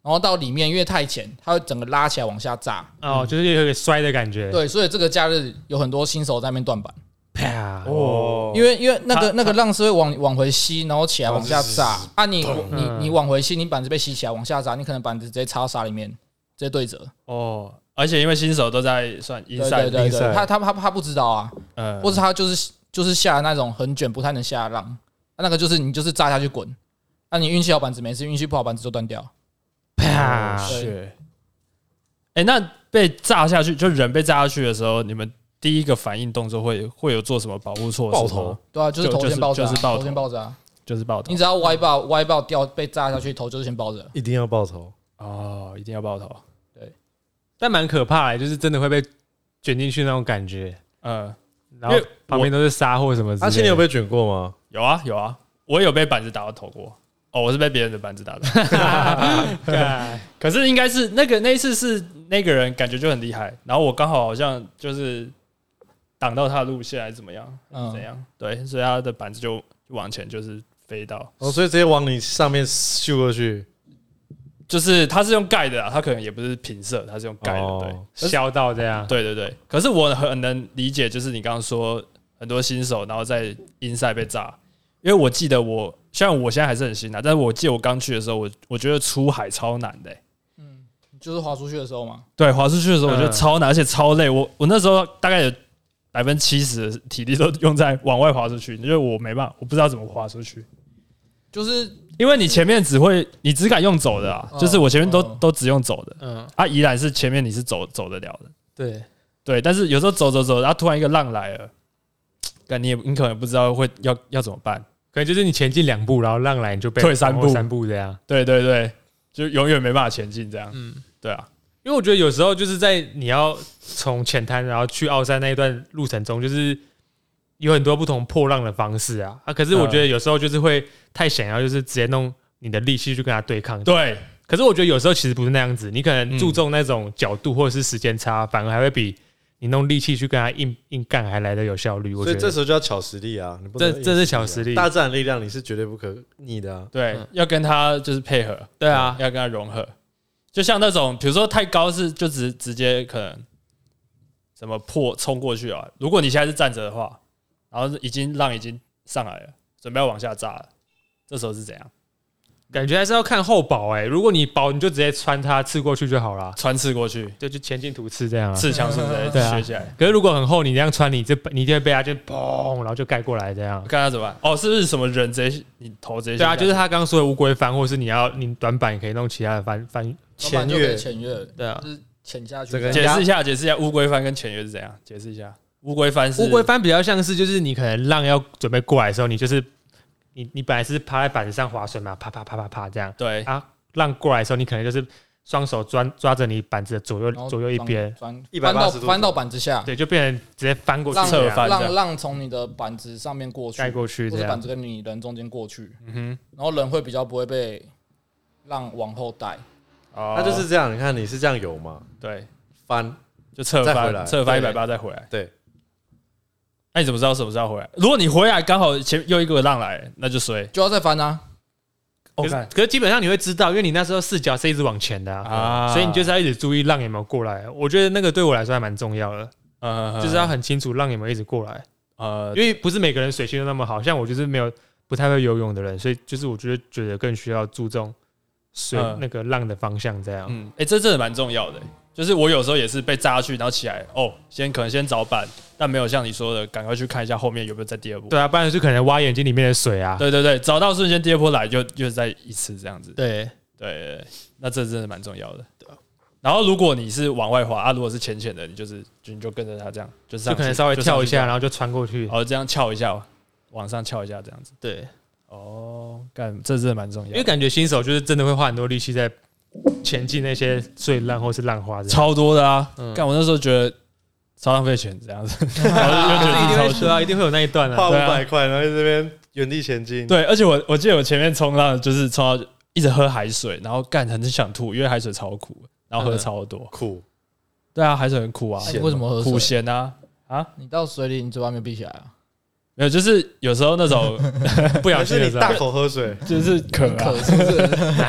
A: 然后到里面因为太浅，它会整个拉起来往下炸，
C: 哦，就是有点摔的感觉。，
A: 对，所以这个假日有很多新手在那边断板，
C: 啪！
B: 哦
A: 因为因为那个
B: 它哦
A: 那个浪是会往往回吸，然后起来往下炸啊你，你你
C: 嗯
A: 往回吸，你板子被吸起来往下炸，你可能板子直接插到沙里面，直接对折。
B: 哦，而且因为新手都在算阴
A: 对
B: 赛
A: 对，对对，
D: inside
A: 他他他他不知道啊，
B: 嗯
A: 或，者他就是就是下那种很卷不太能下的浪，啊那个就是你就是炸下去滚，那你运气好板子没事，运气不好板子就断掉。
C: 啪！
B: 啊是，哎，那被炸下去，就人被炸下去的时候，你们第一个反应动作会会有做什么保护措施？
D: 爆头，
A: 对啊，就是
B: 就
A: 头
B: 就
A: 先
B: 是
A: 抱着啊，
B: 就是爆
A: 头先
B: 头
A: 抱着啊，
B: 就是爆头
A: 你只要歪爆歪爆掉被炸下去，头就是先抱着。
D: 一定要爆头，
B: 哦，一定要爆头，
C: 但蛮可怕欸的，就是真的会被卷进去那种感觉，
B: 嗯。
C: 然后
B: 因为我
C: 旁边都是沙或什么之类的。
D: 阿信啊你有被卷过吗？
B: 有啊有啊，我有被板子打到头过。哦，我是被别人的板子打的，
C: 干
B: 可是应该是那个那一次是那个人感觉就很厉害，然后我刚好好像就是挡到他的路线还是怎么样，
A: 嗯
B: 怎样？对，所以他的板子就就往前就是飞到，
D: 哦，所以直接往你上面咻过去，
B: 就是他是用盖的啊，他可能也不是平射，他是用盖的，对。
D: 哦
C: 削到这 样，
B: 对对对，可是我很能理解，就是你刚刚说很多新手，然后在 inside 被炸，因为我记得我虽然我现在还是很新啊，但是我记得我刚去的时候，我我觉得出海超难的欸、
A: 就是滑出去的时候嘛，
B: 对，滑出去的时候我觉得
C: 嗯
B: 超难，而且超累。我我那时候大概有百分之七十的体力都用在往外滑出去，因为我没办法，我不知道怎么滑出去，
A: 就是
B: 因为你前面只会你只敢用走的啊，
A: 嗯
B: 就是我前面都
A: 嗯
B: 都只用走的
C: 嗯，
B: 啊，依然是前面你是走走得了的。
C: 对，
B: 对，但是有时候走走走，然后突然一个浪来了，但你也你可能也不知道会要要怎么办。
C: 可能就是你前进两步，然后浪来你就被
B: 退三步
C: 往后三步这样。
B: 对对对，就永远没办法前进这样。
C: 嗯，
B: 对啊，
C: 因为我觉得有时候就是在你要从浅滩然后去奥山那一段路程中，就是有很多不同破浪的方式啊啊！可是我觉得有时候就是会太想要，就是直接弄你的力气去跟他对抗。
B: 对
C: 可是我觉得有时候其实不是那样子，你可能
B: 嗯
C: 注重那种角度或者是时间差，反而还会比你弄力气去跟他硬硬干还来的有效率。我
D: 所
C: 觉
D: 以这
C: 得
D: 时候就要巧实力啊！你不能
C: 这
D: 硬
C: 这是
D: 实啊
C: 小实力，
D: 大自然力量你是绝对不可逆的啊！
B: 对，
C: 嗯
B: 要跟他就是配合，
C: 对啊
B: 要跟他融合。就像那种，比如说太高是就直直接可能怎么破冲过去啊？如果你现在是站着的话，然后已经浪已经上来了，准备要往下炸了，这时候是怎样？
C: 感觉还是要看后保哎、如果你保，你就直接穿它刺过去就好啦，
B: 穿刺过去，
C: 就就前进图刺这样啊。
B: 刺枪是不是
C: 对啊
B: 学起来？
C: 可是如果很厚，你这样穿，你这你一定会被它就砰，然后就盖过来这样。
B: 看他怎么办？哦，是不是什么人直接你头直接
C: 对啊，
B: 先
C: 就是他刚刚说的乌龟翻，或是你要你短板也可以弄其他的翻翻。
A: 老
D: 前
A: 板就可以
D: 越
A: 前越
C: 对啊，
A: 就是潜下去
D: 这个
A: 这
B: 解
A: 样。
B: 释一下，解释一下乌龟翻跟潜约是怎样？解释一下，乌龟翻是
C: 乌龟翻比较像是就是你可能浪要准备过来的时候，你就是你你本来是趴在板子上划水嘛，啪啪啪啪啪这样，
B: 对
C: 浪过来的时候，你可能就是双手抓抓着你板子的左右
A: 然后
C: 左右一边，
A: 翻
D: 180
A: 翻到
D: 度
A: 翻到板子下，
C: 对，就变成直接翻过去
A: 让
C: 这
B: 侧
C: 样
B: 翻这
A: 让
B: 样
A: 让从你的板子上面过去，
C: 盖过去
A: 或
C: 这
A: 者板
C: 样。
A: 子跟你人中间过去，然后人会比较不会被浪往后带，
B: 哦
D: 那就是这样，你看你是这样游嘛，
B: 对，
D: 翻
B: 就侧
D: 再回来
B: 翻，侧翻一
D: 对
B: 百八再回来。
D: 对，
B: 那你怎么知道什么时候回来？如果你回来刚好前又一个浪来，那就衰。
A: 就要再翻啊，
C: 可
B: 我
C: 是
B: 看
C: 可是基本上你会知道，因为你那时候视角是一直往前的啊，
B: 啊
C: 所以你就是要一直注意浪有没有过来。我觉得那个对我来说还蛮重要的，
B: 呃
C: 就是要很清楚浪有没有一直过来，
B: 呃
C: 因为不是每个人水性都那么好，像我就是没有不太会游泳的人，所以就是我觉得觉得更需要注重水
B: 嗯
C: 那个浪的方向这样。
B: 嗯，哎，这真的蛮重要的。就是我有时候也是被扎下去，然后起来哦，先可能先找板，但没有像你说的，赶快去看一下后面有没有在第二波。
C: 对啊，不然就可能挖眼睛里面的水啊。
B: 对对对，找到瞬间第二波来就又再一次这样子。
C: 对，
B: 对对，啊对那这真的蛮重要的。然后如果你是往外滑啊，如果是浅浅的，你就是就你就跟着它这样，就是上
C: 就
B: 去
C: 可能稍微
B: 就上去
C: 跳一
B: 这
C: 下，
B: 样
C: 然后就穿过去。
B: 哦，这样翘一下，往上翘一下这样子。
C: 对，
B: 哦，干，这真的蛮重要
C: 因
B: 的，
C: 为感觉新手就是真的会花很多力气在前进那些碎浪或是浪花这样。
B: 超多的啊
C: 嗯！
B: 干，我那时候觉得超浪费钱这样子，然后就
C: 可
B: 觉
C: 是一定
B: 得
C: 会
B: 自己超
C: 对啊，一定会有那一段
D: 花
C: 啊。
D: 五
B: 对啊
D: 百块，然后在这边原地前进。
B: 对，而啊且我我记得我前面冲浪就是冲到一直喝海水，然后干很想吐，因为海水超苦，然后喝
C: 嗯
B: 超多。
D: 苦，
B: 对啊，海水很苦啊，
A: 那你为什么喝
B: 苦
A: 水？
B: 咸啊啊！
A: 你到水里，你嘴巴没有闭起来啊？
B: 没有，就是有时候那 种不小
D: 还
B: 心
D: 是
B: 的
D: 你
B: 时候
D: 大，口喝水，
B: 就是渴啊
A: 渴是不是？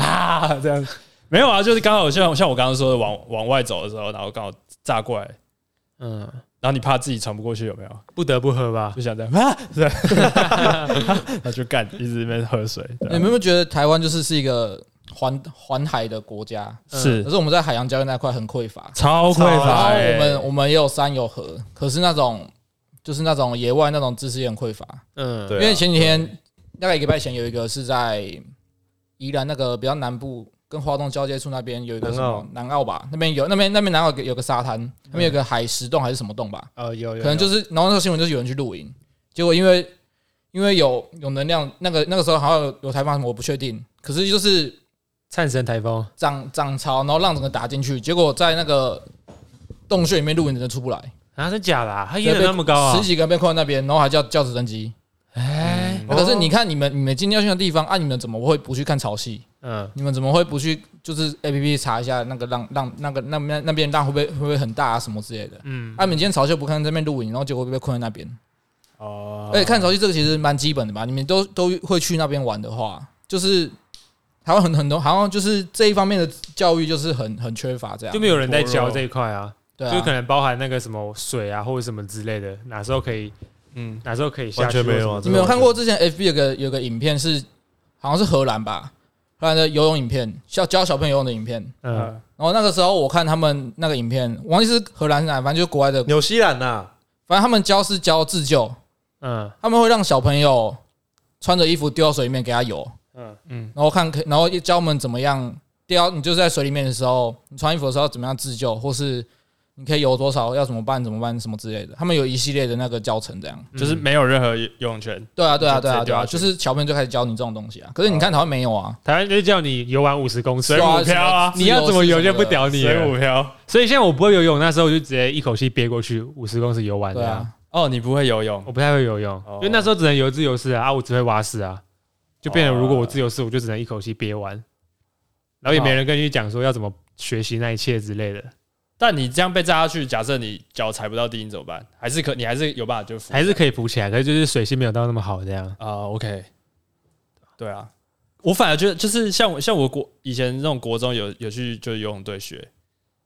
B: 啊这样。没有啊，就是刚好像像我刚刚说的往往外走的时候，然后刚好炸过来，
C: 嗯，
B: 然后你怕自己传不过去，有没有？
C: 不得不喝吧。
B: 就想这样 啊，对，那就干，一直在那边喝水。对
A: 你们有没有觉得台湾就是是一个环环海的国家？
B: 是
A: 可是我们在海洋教育那块很匮乏，
B: 超匮
A: 然
B: 乏
A: 后
B: 欸，
A: 我们我们也有山有河，可是那种就是那种野外那种知识也很匮乏。
C: 嗯，
D: 对啊
A: 因为前几天大概一个礼拜前有一个是在宜兰那个比较南部跟花东交界处那边有一个什
D: 南
A: 么
D: 澳
A: 南澳吧，那边有那边那边南澳有个有个沙滩，那边有个海石洞还是什么洞吧，
C: 哦，有有，
A: 可能就是然后那时候新闻就是有人去露营，结果因为因为有有能量，那个那个时候好像有有台风什么我不确定，可是就是
C: 灿神台风。
A: 涨涨潮，然后浪整个打进去，结果在那个洞穴里面露营的人出不来，
C: 啊，真假的啊？它淹的那么高啊
A: 十？几个人被困在那边，然后还叫叫直升机。
C: 哎，嗯
A: 可是你看你们你们今天要去的地方，啊，你们怎么会不去看潮汐？
C: 嗯，
A: 你们怎么会不去就是 A P P 查一下那个浪浪那个那边那边浪会不会会不会很大啊什么之类的？嗯，啊，你们今天潮汐不看这边露营，然后结果被困在那边。
B: 哦
A: 而且看潮汐这个其实蛮基本的吧？你们都都会去那边玩的话，就是台湾很很多好像就是这一方面的教育就是很很缺乏这样
C: 就。没有人在
B: 薄
C: 教
B: 弱
C: 这一块啊，
A: 对
C: 就
A: 啊
C: 可，能包含那个什么水啊或者什么之类的，哪时候可以，
B: 嗯，
C: 哪时候可以下
D: 完
C: 去，
D: 全没有啊
A: 你们有看过之前 F B 有个有个影片是好像是荷兰吧，荷兰的游泳影片，教教小朋友游泳的影片。
B: 啊
C: 嗯，
A: 然后那个时候我看他们那个影片，忘记是荷兰是哪，反正就是国外的，
D: 纽西兰啊呐，
A: 反正他们教是教自救，
C: 嗯
A: 他们会让小朋友穿着衣服丢到水里面给他游，
B: 嗯
A: 嗯
B: 嗯
A: 嗯，然后看可，然后教我们怎么样掉，你就是在水里面的时候，你穿衣服的时候要怎么样自救，或是你可以游多少，要怎么办，怎么办，什么之类的。他们有一系列的那个教程，这样。
B: 就是没有任何游泳圈，
A: 对啊，对啊，对
B: 就直接
A: 啊，对
B: 掉
A: 啊，
B: 下去
A: 就是小朋友就开始教你这种东西啊。可是你看台湾没有啊，
C: 台湾就叫你游完五十公尺
B: 水
A: 对，
B: 母漂啊
A: 什么自
C: 你要怎么游
A: 式什的
C: 就不屌你
B: 水
C: 了。
B: 母漂。
C: 所以现在我不会游泳，那时候我就直接一口气憋过去五十公尺游完
A: 对
C: 这样。
A: 啊，
B: 哦，你不会游泳
C: 我不太会游泳，
B: 哦
C: 因为那时候只能游自由式啊，啊我只会蛙式啊，就变成如
B: 哦
C: 果我自由式，我就只能一口气憋完，然后也没人跟你讲说要怎么学习那一切之类的，
B: 但你这样被炸下去，假设你脚踩不到地，你怎么办？还是可你还是有办法就浮起来
C: 还是可以浮起来，可是就是水性没有到那么好这样。
B: 啊、o k 对啊，我反而觉得就是像我像我国以前那种国中有有去就是游泳队学，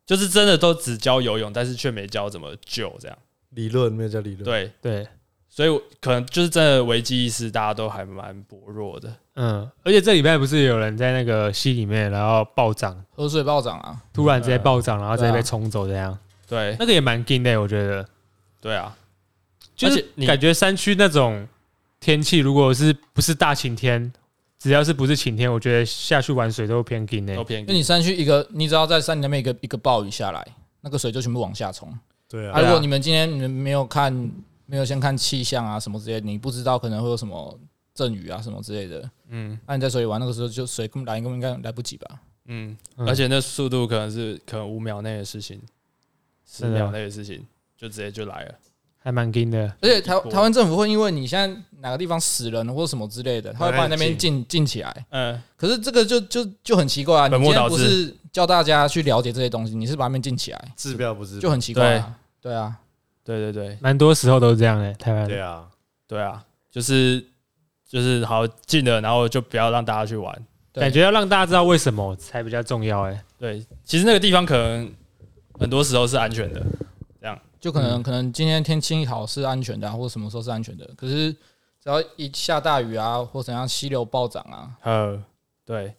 B: 就是真的都只教游泳，但是却没教怎么救这样。
D: 理论没有叫理论，
B: 对，
C: 对，
B: 所以我可能就是真的危机意识大家都还蛮薄弱的。
C: 嗯，而且这礼拜不是有人在那个溪里面，然后暴涨，
A: 河水暴涨啊，
C: 突然直接暴涨，然后直
A: 对
C: 接
B: 嗯
C: 被
A: 啊
C: 冲走这样，
B: 对
C: 那个也蛮劲的，我觉得，
B: 对啊，
C: 就
B: 而
C: 是
B: 且你
C: 感觉山区那种天气，如果是不是大晴天，只要是不是晴天，我觉得下去玩水都偏劲的
B: 都。偏
A: 因为你山区一个，你只要在山里面一个一个暴雨下来，那个水就全部往下冲。
D: 对
A: 啊，
D: 啊，
A: 如果你们今天你们没有看，没有先看气象啊什么之类的，你不知道可能会有什么阵雨啊什么之类的。
B: 嗯
A: 那、你在水里玩那个时候，就水根本来根本应该来不及吧？
B: 嗯，
C: 嗯
B: 而且那速度可能是可能五秒内的事情，十
C: 真的
B: 秒内的事情，就直接就来了。
C: 还蛮劲的，
A: 而且台
B: 一波
A: 台湾政府会因为你现在哪个地方死人或者什么之类的，他会把你那边禁禁起来。
B: 嗯，
A: 可是这个就就就很奇怪啊！你
B: 本末
A: 今天
B: 倒
A: 不
B: 置
A: 是教大家去了解这些东西，你是把它们禁起来，
D: 治标不治
A: 就
D: 本，
A: 很奇怪啊！对啊，
B: 对对对，
C: 蛮多时候都是这样的、欸台湾。
D: 对啊，
B: 对啊，就是就是好进了，然后就不要让大家去玩。
A: 对
C: 感觉要让大家知道为什么才比较重要哎、
B: 对，其实那个地方可能很多时候是安全的。
A: 就可
B: 嗯
A: 能可能今天天气好是安全的、啊，或者什么时候是安全的。可是只要一下大雨啊，或怎样溪流暴涨啊，
B: 呃，对，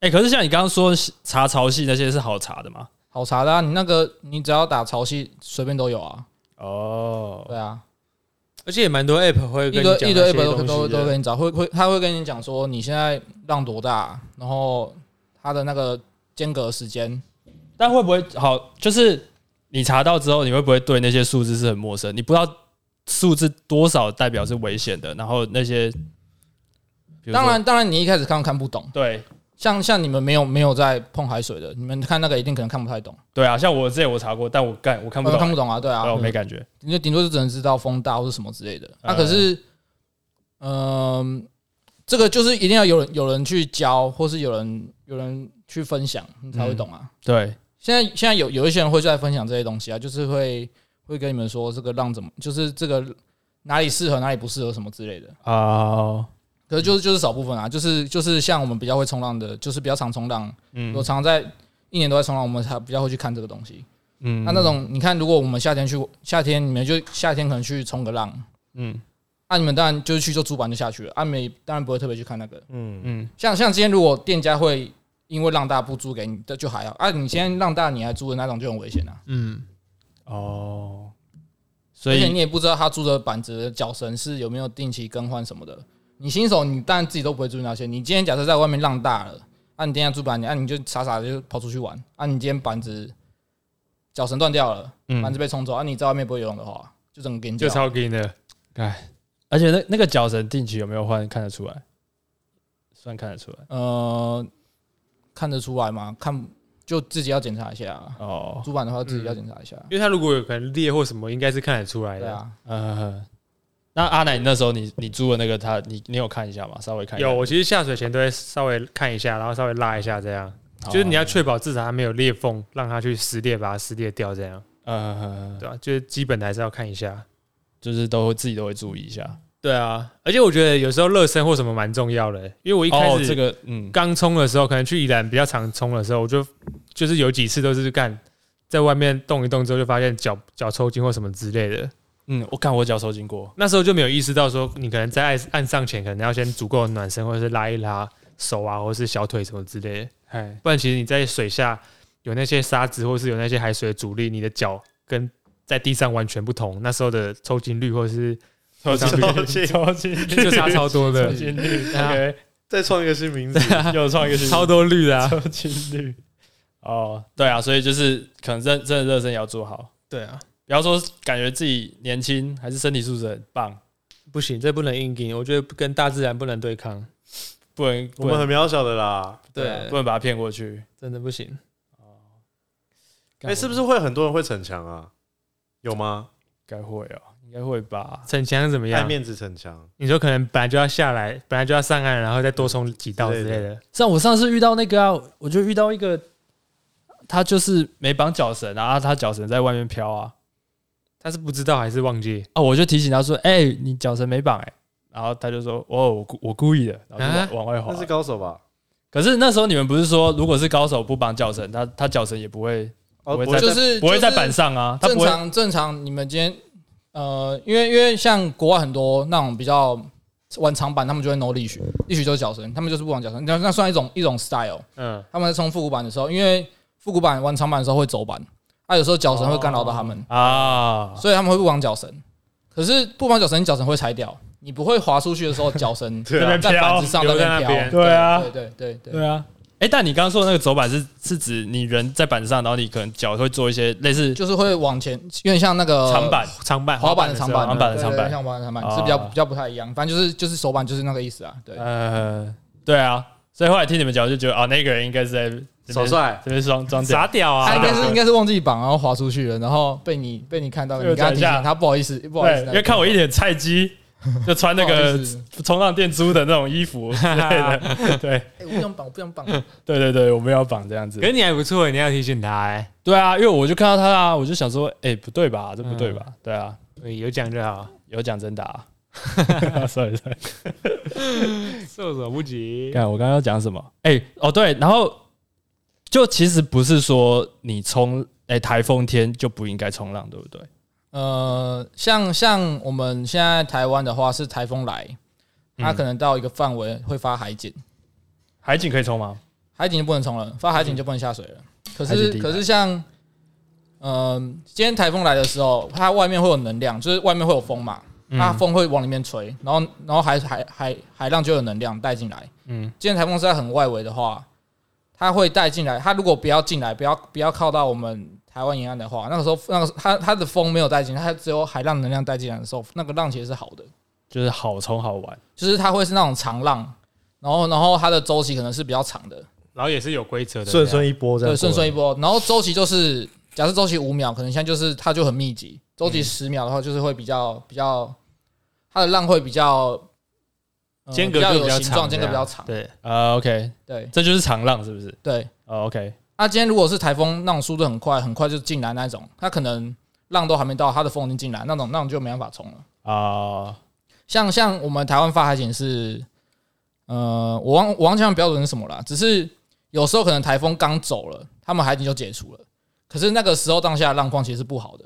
B: 哎、可是像你刚刚说查潮汐那些是好查的嘛？
A: 好查的、啊，你那个你只要打潮汐，随便都有啊。
B: 哦，
A: 对啊，
C: 而且也蛮多 app 会
A: 一堆一堆 app 都都都跟你找，会会他会跟你讲说你现在浪多大，啊然后它的那个间隔时间，
B: 但会不会好？就是你查到之后，你会不会对那些数字是很陌生？你不知道数字多少代表是危险的，然后那些，比如说
A: 当然当然你一开始看看不懂，
B: 对
A: 像像你们没有没有在碰海水的，你们看那个一定可能看不太懂，
B: 对啊，像我之前我查过，但我干我看不
A: 呃
B: 懂、哦
A: 看不懂啊，对啊
B: 对，我，没感觉。
A: 你就顶多就只能知道风大或是什么之类的。那、
B: 嗯
A: 可是，嗯、这个就是一定要有人有人去教，或是有人有人去分享，你才会懂啊。
B: 对，
A: 现在现在有有一些人会在分享这些东西啊，就是会会跟你们说这个浪怎么，就是这个哪里适合哪里不适合什么之类的。
B: 哦，
A: 可是就是就是少部分啊，就是就是像我们比较会冲浪的，就是比较常冲浪，
B: 嗯
A: 我常在一年都在冲浪，我们才比较会去看这个东西。
B: 嗯
A: 那那种你看，如果我们夏天去，夏天你们就夏天可能去冲个浪，
B: 嗯
A: 啊，你们当然就是去就主板就下去了，啊，你们也当然不会特别去看那个。
D: 嗯，
B: 嗯
A: 像像今天如果店家会因为浪大不租给你，这就还好啊。你今天浪大你还租的那种就很危险啊，
C: 嗯，
B: 哦，所
A: 而且
B: 以
A: 你也不知道他租的板子的脚绳是有没有定期更换什么的。你新手你当然自己都不会注意那些。你今天假设在外面浪大了，啊，你店家租板，你啊你就傻傻的就跑出去玩，啊，你今天板子脚绳断掉了，板
B: 嗯，
A: 子被冲走，啊，你在外面不会游泳的话，就整个给你
C: 就超劲的，
B: 而且那那个脚绳定期有没有换看得出来？算看得出来
A: 呃，看得出来吗？看就自己要检查一下、啊。
B: 哦，
A: 主板的话自己要检查一下。啊
B: 嗯
C: 因为它如果有可能裂或什么，应该是看得出来
A: 对
C: 的。
A: 啊，
B: 呃，那阿奶，你那时候你你租的那个他，你你有看一下吗？稍微看一下
C: 有，我其实下水前都会稍微看一下，然后稍微拉一下，这样
B: 啊
C: 就是你要确保至少它没有裂缝，让它去撕裂，把它撕裂掉，这样
B: 呃，
C: 对吧、啊就是基本的还是要看一下。
B: 就是都会自己都会注意一下。
C: 对啊，而且我觉得有时候热身或什么蛮重要的、因为我一开
B: 哦，
C: 始
B: 这个嗯，
C: 刚冲的时候，可能去宜兰比较常冲的时候，我就就是有几次都是干在外面动一动之后，就发现脚脚抽筋或什么之类的。
B: 嗯，我看我脚抽筋过，
C: 那时候就没有意识到说，你可能在岸岸上前，可能要先足够的暖身，或者是拉一拉手啊，或者是小腿什么之类的。
B: 哎，
C: 不然其实你在水下有那些沙子，或是有那些海水的阻力，你的脚跟在地上完全不同。那时候的抽筋率或者 是
B: 抽
C: 筋
B: 筋，抽筋，
C: 就差超多的
B: 抽，筋率
C: 对啊
B: ，OK，
D: 再创一个新名字，
B: 又创一个新
C: 超多率的、啊。
B: 抽筋率。哦，对啊，所以就是可能真真的热身也要做好，
C: 对啊，
B: 不要说感觉自己年轻还是身体素质很棒，
C: 不行，这不能硬顶，我觉得跟大自然不能对抗。
B: 不能
D: 我
B: 不
D: 们
B: 能
D: 很渺小的啦。
B: 对啊，不能把他骗过去。哦
C: 真的不行。
D: 哎，是不是会很多人会逞强啊？有吗？
B: 该会哦？应该会吧。
C: 逞强怎么
D: 爱
C: 样？
D: 面子逞强，
C: 你说可能本来就要下来，本来就要上岸，然后再多冲几道之类
D: 之类
C: 的。
B: 像我上次遇到那个啊，我就遇到一个，他就是没绑脚绳啊，啊他脚绳在外面飘啊，
C: 他是不知道还是忘记？
B: 啊，我就提醒他说：“哎、你脚绳没绑哎。”然后他就说：“哦，我故我故意的。”然后就往,、
C: 啊
B: 往外滑
D: 那。是高手吧？
B: 可是那时候你们不是说，如果是高手不绑脚绳，他他脚绳也不会
D: 哦，
B: 不会
D: 不会
B: 再
D: 再
A: 就是
B: 不会在
A: 就是
B: 板上啊，他
A: 正
B: 不会。
A: 常正常，你们今天呃，因为因为像国外很多那种比较玩长板，他们就会 no 力曲，力曲就是脚绳，他们就是不玩脚绳，那那算一种一种 style。
C: 嗯，
A: 他们在冲复古板的时候，因为复古板玩长板的时候会走板，啊，有时候脚绳会干扰到他们，
B: 啊，
A: 所以他们会不绑脚绳。可是不绑脚绳，你脚绳会拆掉，你不会滑出去的时候，脚绳
D: 对啊
A: 在板子上
C: 留在
A: 那
C: 那
A: 边飘。
C: 边
B: 对啊
A: 对对对对。
B: 对啊。哎、但你刚刚说的那个走板是是指你人在板上，然后你可能脚会做一些类似
A: 就是哦会往前，有点像那个
B: 长板，
C: 长板、
A: 滑板的
C: 时候
A: 长板，
B: 滑板的长板
A: 对对对像滑板的长板是比较比较不太一样，反正就是就是手板就是那个意思啊。对，
B: 呃，对啊。所以后来听你们讲，我就觉得啊，那个人应该是在这
D: 耍
B: 边
D: 帅，
B: 这边装装屌
C: 傻屌啊！
A: 他应该是
B: 对
A: 应该是忘记绑，然后滑出去了，然后被你被你看到了，
B: 对
A: 你跟他
B: 等一
A: 提
B: 下
A: 醒他，不好意思，不好意
B: 对
A: 思，，
B: 因为看我一脸菜鸡，就穿那
A: 不好
B: 个
A: 意思
B: 冲浪店租的那种衣服之类的。对
A: 哎我不想绑，我不想绑，
B: 对对对，我们要绑这样子
C: 可。是你还不错，你要提醒他哎、
B: 对啊，因为我就看到他啊，我就想说，哎，不对吧？这不对吧？对啊，
C: 嗯有讲就好，
B: 有奖真打啊。sorry sorry，
C: 措手不及。
B: 看我刚刚要讲什么？哎哦对，然后就其实不是说你冲哎台风天就不应该冲浪，对不对？
A: 呃，像像我们现在台湾的话，是台风来，它可能到一个范围会发海警，
B: 海景可以冲吗？
A: 海警就不能冲了，发海警就不能下水了。可
B: 嗯海景
A: 是
B: 地
A: 可是像，嗯、今天台风来的时候，它外面会有能量，就是外面会有风嘛，
B: 嗯
A: 它风会往里面吹，然后然后海海海海浪就有能量带进来。嗯，今天台风是在很外围的话，它会带进来。它如果不要进来，不要不要靠到我们台湾沿岸的话，那个时候那个它它的风没有带进来，它只有海浪能量带进来的时候，那个浪其实是好的。
B: 就是好冲好玩，
A: 就是它会是那种长浪，然后然后它的周期可能是比较长的，
C: 然后也是有规则的，
D: 顺顺一波这样。
A: 对，顺顺一波。然后周期就是假设周期五秒，可能现在就是它就很密集；周期十秒的话，就是会比较比较它的浪会比较、呃
C: 间隔就
A: 比较
C: 比较
A: 有形状，
C: 长
A: 间隔比较长。
C: 对，啊
B: 呃，OK，
A: 对
B: 这就是长浪是不是？
A: 对。
B: 哦，OK，
A: 那、今天如果是台风那种速度很快，很快就进来那种，它可能浪都还没到，它的风已经进来，那种那种就没办法冲了。
B: 啊，
A: 像像我们台湾发海警是，呃，我忘我忘记他们标准是什么了，只是有时候可能台风刚走了，他们海警就解除了，可是那个时候当下的浪况其实是不好的，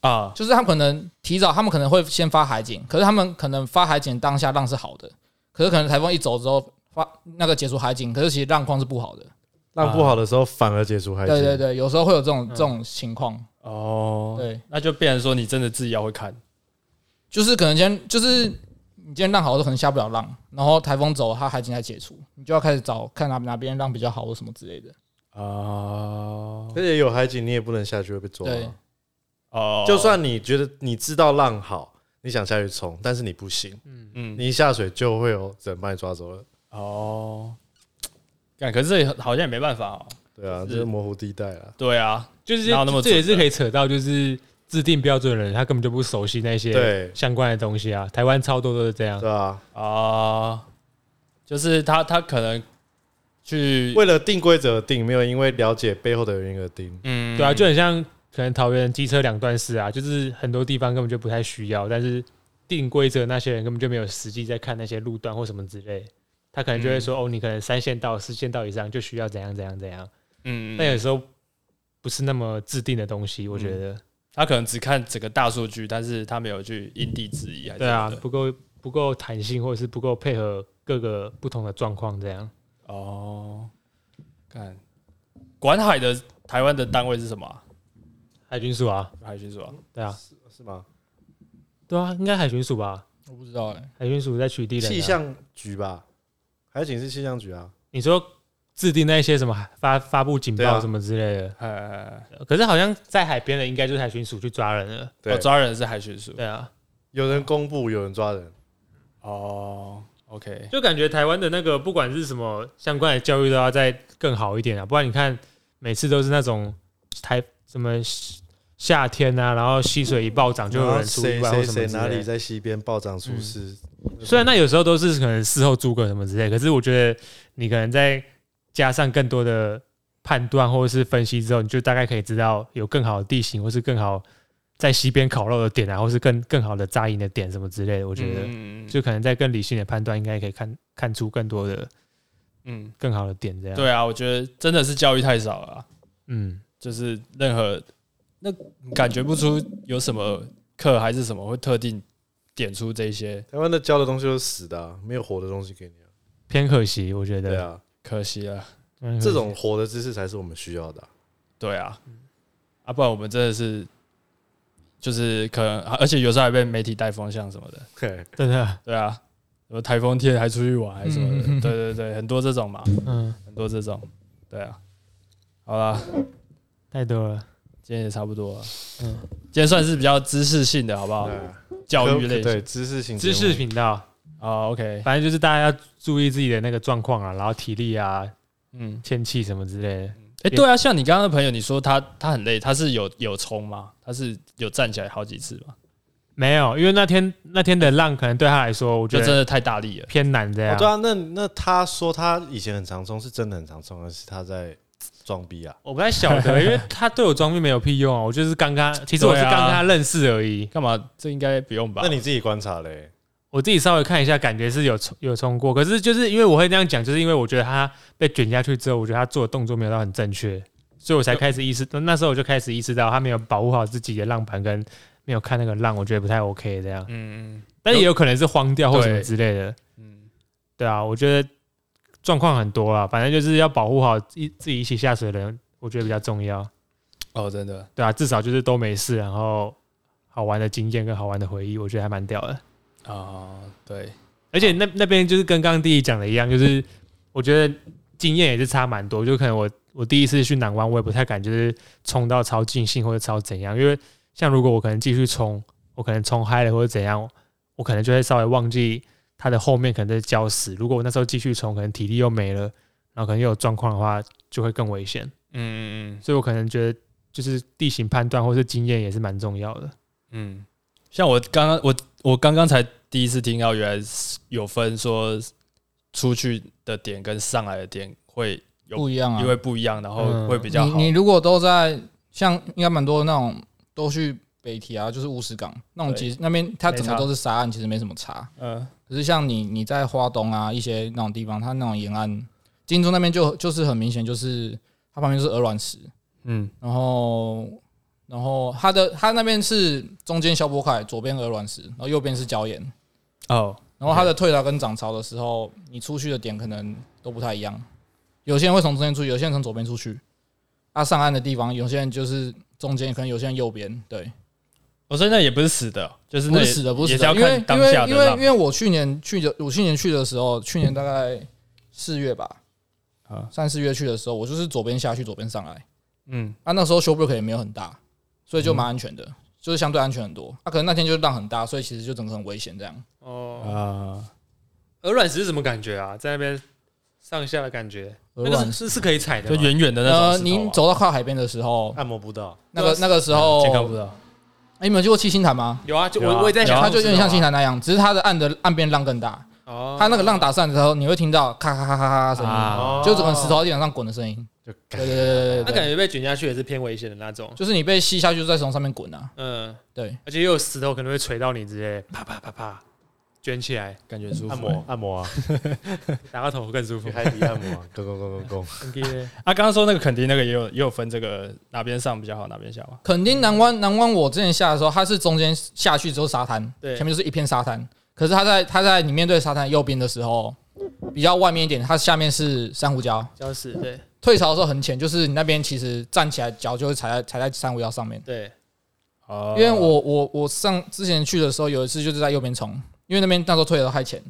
B: 啊，
A: 就是他们可能提早，他们可能会先发海警，可是他们可能发海警当下浪是好的，可是可能台风一走之后发那个解除海警，可是其实浪况是不好的，
D: 浪不好的时候反而解除
B: 啊
D: 海
A: 对对
D: 鲜
A: 对，有时候会有这种这种情况，
B: 嗯哦，
A: 对，
B: 那就变成说你真的自己要会看，
A: 就是可能今天就是你今天浪好的时候可能下不了浪，然后台风走，它海警才解除，你就要开始找看哪哪边浪比较好或什么之类的。
B: 哦
D: 而且有海景你也不能下去会被抓啊。
A: 对
B: 哦
D: 就算你觉得你知道浪好，你想下去冲，但是你不行，
B: 嗯
D: 你一下水就会有人把你抓走了。
B: 哦，干，可是这好像也没办法哦。
D: 对啊，
B: 是
D: 这是模糊地带啊。
B: 对啊，
C: 就是
B: 哪有那么
C: 这也
B: 准
C: 是可以扯到，就是制定标准的人，他根本就不熟悉那些
D: 对
C: 相关的东西啊。台湾超多都是这样
D: 对，啊，
B: 啊，就是他他可能去
D: 为了定规则而定，没有因为了解背后的原因而定。
B: 嗯
C: 对啊，就很像可能桃园机车两段式啊，就是很多地方根本就不太需要，但是定规则那些人根本就没有实际在看那些路段或什么之类，他可能就会说、哦，你可能三线道、四线道以上就需要怎样怎样怎样，
B: 嗯，
C: 但有时候不是那么制定的东西，我觉得，
B: 他可能只看整个大数据，但是他没有去因地制宜，还是
C: 对啊
B: 什么，的
C: 不够不够弹性，或者是不够配合各个不同的状况这样。
B: 哦，看管海的台湾的单位是什么啊、
C: 海军署啊，
B: 海军署啊，
C: 对啊，
D: 是吗？
C: 对啊，应该海巡署吧？
A: 我不知道哎、
C: 海巡署在取缔人、啊。
D: 气，象局吧，海警是气象局啊。
C: 你说制定那些什么发发布警
D: 对啊
C: 报什么之类的，
B: 呃，
C: 可是好像在海边的应该就是海巡署去抓人了。
B: 我、抓人是海巡署
C: 对啊，
D: 有人公布，有人抓人。
B: 哦，OK，
C: 就感觉台湾的那个不管是什么相关的教育都要再更好一点啊，不然你看每次都是那种台什么夏天啊，然后溪水一暴涨就有人出意
D: 谁
C: 外或
D: 谁
C: 什么
D: 谁
C: 之
D: 哪
C: 类嗯
D: 里
C: 的。
D: 在西边暴涨出事？
C: 虽然那有时候都是可能事后诸葛什么之类，可是我觉得你可能再加上更多的判断或者是分析之后，你就大概可以知道有更好的地形，或是更好在西边烤肉的点啊，或是更更好的扎营的点什么之类的。我
B: 我
C: 觉得，
B: 嗯
C: 就可能在更理性的判断，应该可以看看出更多的
B: 嗯，
C: 更好的点这样。，
B: 对啊，我觉得真的是教育太少了啊、
C: 嗯，
B: 就是任何那感觉不出有什么课还是什么会特定点出这些，
D: 台湾的教的东西都是死的、啊，没有活的东西给你、啊。
C: 偏可惜，我觉
D: 对
C: 得。
D: 啊，
B: 可惜了。
C: 偏可惜
D: 这种活的知识才是我们需要的啊、
B: 对啊，啊，不然我们真的是就是可能，而且有时候还被媒体带风向什么的。
D: 嘿，
C: 真的，
B: 对啊，什么台风天还出去玩还是什么的，
A: 嗯
B: 对对对，很多这种嘛，
C: 嗯，
B: 很多这种，对啊。好啦，
C: 太多了。
B: 今天也差不多了，
C: 嗯
B: 嗯，今天算是比较知识性的，好不好？
D: 对啊
B: 教育类
D: 对
B: 型
D: 知识型节
C: 知
D: 目
C: 识频道，
B: 啊，OK，
C: 反正就是大家要注意自己的那个状况啊，然后体力啊、
B: 嗯，
C: 天气什么之类的。
B: 哎，对啊，像你刚刚的朋友，你说他他很累，他是有有冲吗？他是有站起来好几次吗？
C: 没有，因为那天那天的浪可能对他来说，我
B: 就
C: 觉
B: 真
C: 得
B: 的太大力了，
C: 偏难这
D: 哦
C: 样。
D: 对啊，那那他说他以前很常冲，是真的很常冲，还是他在装逼啊？
C: 我不太晓得，因为他对我装备没有屁用啊，我就是刚刚，其实我是
B: 对啊
C: 刚跟他认识而已。
B: 干嘛？这应该不用吧
D: 那？你自己观察嘞，
C: 我自己稍微看一下，感觉是有冲有冲过，可是就是因为我会这样讲，就是因为我觉得他被卷下去之后，我觉得他做的动作没有到很正确，所以我才开始意识，那时候我就开始意识到他没有保护好自己的浪板跟没有看那个浪，我觉得不太 OK 这样。
B: 嗯
C: 但也有可能是荒掉或什么
B: 对
C: 之类的。
B: 嗯
C: 对啊，我觉得状况很多啊，反正就是要保护好一自己一起下水的人，我觉得比较重要。
B: 哦，真的，
C: 对啊，至少就是都没事，然后好玩的经验跟好玩的回忆，我觉得还蛮屌的。
B: 啊，对，
C: 而且那那边就是跟刚刚弟弟讲的一样，就是我觉得经验也是差蛮多。就可能我我第一次去南湾，我也不太敢就是冲到超尽兴或者超怎样，因为像如果我可能继续冲，我可能冲嗨了或者怎样，我可能就会稍微忘记它的后面可能在礁石。如果我那时候继续冲，可能体力又没了，然后可能又有状况的话，就会更危险。
B: 嗯嗯嗯
C: 所以我可能觉得就是地形判断或是经验也是蛮重要的。
B: 嗯，像我刚刚我我刚刚才第一次听到，原来是有分说出去的点跟上来的点会有
A: 不一样啊，
B: 因为不一样，然后
C: 嗯
B: 会比较好
A: 你。你如果都在像应该蛮多那种都去北堤啊，就是乌石港那种，
B: 对
A: 其实那边它整
B: 没
A: 个
B: 差
A: 都是沙岸，其实没什么差。
B: 嗯
A: 可是像你你在花东啊一些那种地方，它那种沿岸，金钟那边就就是很明显，就是它旁边就是鹅卵石，
B: 嗯
A: 然后然后它的它那边是中间消波块，左边鹅卵石，然后右边是礁岩，
B: 哦
A: 然后它的退潮跟涨潮的时候，你出去的点可能都不太一样。有些人会从中间出去，有些人从左边出去。啊，上岸的地方，有些人就是中间，可能有些人右边。对，
B: 我说哦那也不是死的，就是
A: 不
B: 那
A: 是
B: 也
A: 死的，不是
B: 也
A: 死的，
B: 是要
A: 因为
B: 看
A: 因
B: 当
A: 为
B: 下
A: 因
B: 的
A: 为
B: 浪
A: 因为我去年去的，我去年去的时候，去年大概四月吧，
B: 啊
A: 三四月去的时候，我就是左边下去，左边上来。
B: 嗯
A: 啊，那时候修 break 也没有很大，所以就蛮安全的，就是相对安全很多。啊，可能那天就是浪很大，所以其实就整个很危险这样。
C: 哦
B: 啊
C: 鹅卵石是什么感觉啊？在那边上下的感觉，
A: 鹅
C: 那个
A: 卵
C: 是是是可以踩的
B: 就
C: 吗，
B: 远远的那
A: 呃，
B: 种石头啊
A: 您
B: 嘛
A: 走到靠海边的时候，
D: 按摩不到，
A: 那个那个时候
B: 啊嗯健康不知道
A: 哎你们有去过七星潭吗？
C: 有啊，就
B: 有啊
C: 我我也在想，
B: 有啊
A: 它就有点像七星潭那样，只是它的岸的岸边浪更大。
C: 哦，
A: 它那个浪打上来之后，你会听到咔咔咔咔咔声音，
C: 啊，
A: 就整个石头在地板上滚的声音。
D: 哦就
A: 对对对对对
C: 那
A: 对
C: 感
A: 对，
C: 觉被卷下去也是偏危险的那种，
A: 就是你被吸下去，就在从上面滚啊。
C: 嗯，
A: 对，
C: 而且又有石头可能会锤到你，直接啪啪啪啪卷起来，
B: 感觉很舒服。
D: 按摩按摩啊，
C: 打个头更舒 服
D: 去。海底按摩啊，go go go go go。
C: 嗯
B: 啊，刚刚说那个垦丁那个也有也有分这个哪边上比较好，哪边下嘛。
A: 垦丁南
C: 嗯
A: 湾南湾，我之前下的时候，它是中间下去之后沙滩，
C: 对
A: 前面就是一片沙滩。可是它在它在你面对沙滩右边的时候，比较外面一点，它下面是珊瑚礁。
C: 礁石，对
A: 退潮的时候很浅，就是你那边其实站起来脚就会踩在踩在珊瑚礁上面。
C: 对，
B: 哦
A: 因为我我我上之前去的时候，有一次就是在右边冲，因为那边那时候退的太浅，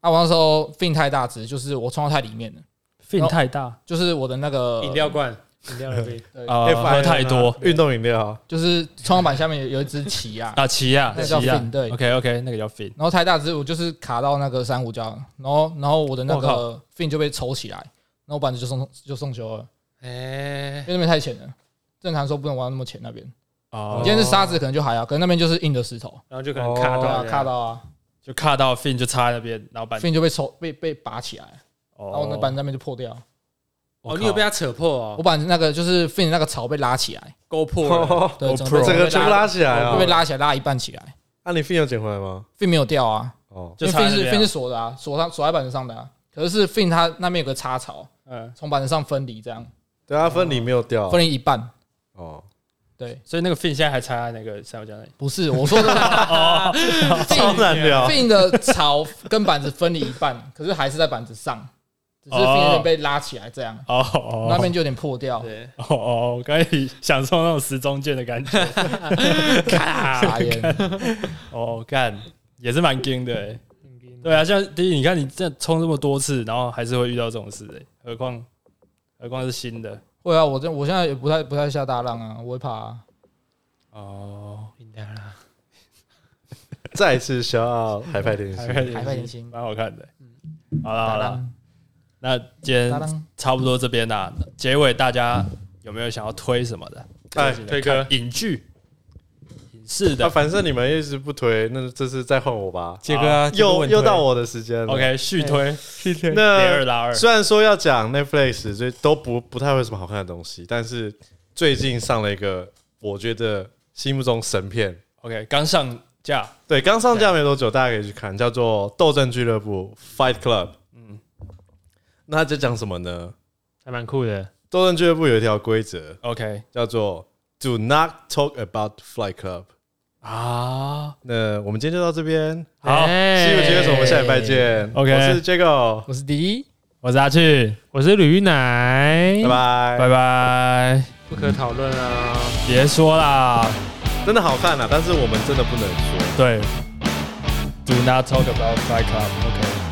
A: 啊，我那时候 fin 太大只，就是我冲到太里面了，
B: 肺太大
A: 就是我的那个
C: 呃饮料罐，饮料杯，
B: 啊，喝
D: FIM
B: 太多
D: 啊运动饮料啊，
A: 就是冲浪板下面有有一只鳍 啊，
B: 啊，奇亚
A: 那叫
B: 奇亚
A: fin，对
B: ，OK OK，那个叫 fin，
A: 然后太大只，我就是卡到那个珊瑚礁，然后然后我的那
B: 我靠
A: 个 fin 就被抽起来，然后我板子就送就送球了，
C: 哎
A: 因，为那边太浅了，正常说不能玩到那么浅那边，
B: 哦
A: 你，今天是沙子可能就还好，可能那边就是硬的石头，
C: 然后就可能卡
B: 哦
A: 对
C: 到
A: 啊，
C: 这样
A: 卡，到啊
B: 就卡到 fin 就插在那边，然后板
A: ，fin 就被抽被被拔起来，然后我的板
B: 哦，
A: 子那边就破掉，
B: 我
C: 哦，
B: 靠
C: 你有被它扯破哦
A: 我，把那个就是 fin 那个草被拉起来。
C: 勾破了，
D: 哦
A: 对，
B: Oh,
A: 整
B: pro
D: 整个全部拉起来
A: 哦会被
D: 啊。
A: 拉起来，拉一半起来，
D: 那你 fin 有捡回来吗？
A: fin 没有掉啊，
D: 哦，
A: 因
B: 就
A: 为
B: 插
A: fin
B: 在那
A: 是
B: 边
A: fin
B: 啊
A: 是锁的啊，锁上锁在板子上的啊。可是是 fin 它那边有个插槽，
B: 嗯，
A: 从板子上分离，这样
D: 对啊，分离没有掉
A: 分离一半。
D: 哦，
A: 对，
B: 所以那个 fin 现在还插在那个三角礁那里，
A: 不是我说的
D: 超
A: ，fin
D: 难聊。
A: fin 的槽跟板子分离一半，可是还是在板子上，只是 fin 有点被拉起来这样，
B: 哦哦，
A: 那边就有点破掉，
C: 对，
B: 哦哦，我刚才 享受那种时钟键的感 觉，
A: 傻眼。
B: 哦，干也是蛮惊的哎、对啊，像第一，你看你这样冲这么多次，然后还是会遇到这种事哎、何况何况是新的
A: 会啊，我这我现在也不太不太下大浪啊，我会怕啊。
B: 哦，
C: 饮料啦，
D: 再次消耗海派天
B: 还
D: 星，
A: 海派甜心
B: 蛮好看的、嗯好了
A: 大
B: 好了，
A: 浪，
B: 那今
A: 大
B: 天
A: 浪，
B: 差不多这边啦、结尾大家有没有想要推什么的？
D: 哎
B: 自己的
C: 推歌
B: 看影剧、影视
D: 那
B: 的。
D: 反正你们一直不推，那这次再换我吧。
B: 杰哥啊
D: 又又到我的时间了。
B: OK 续推哎续推
D: 那
B: 别二拉二，
D: 虽然说要讲 Netflix，所以都不不太会有什么好看的东西，但是最近上了一个我觉得心目中神片，
B: OK 刚上架，
D: 对，刚上架没多久，大家可以去看，叫做《斗争俱乐部》（Fight Club）。
B: 嗯
D: 那它在讲什么呢？
C: 还蛮酷的，
D: 斗争俱乐部有一条规则
B: ，OK
D: 叫做 “Do not talk about Fight Club”。
B: 啊，
D: 那我们今天就到这边，
B: 好，
D: 西游记为什么？我们下礼拜见。
B: OK
D: 我是 Jago，
A: 我是第一，
B: 我是阿去，
C: 我是吕奶，
D: 拜拜。
B: 拜拜。
C: 不可讨论啊。
B: 别说啦，
D: 真的好看啊，但是我们真的不能说。
B: 对，Do not talk about Fight Club，OK、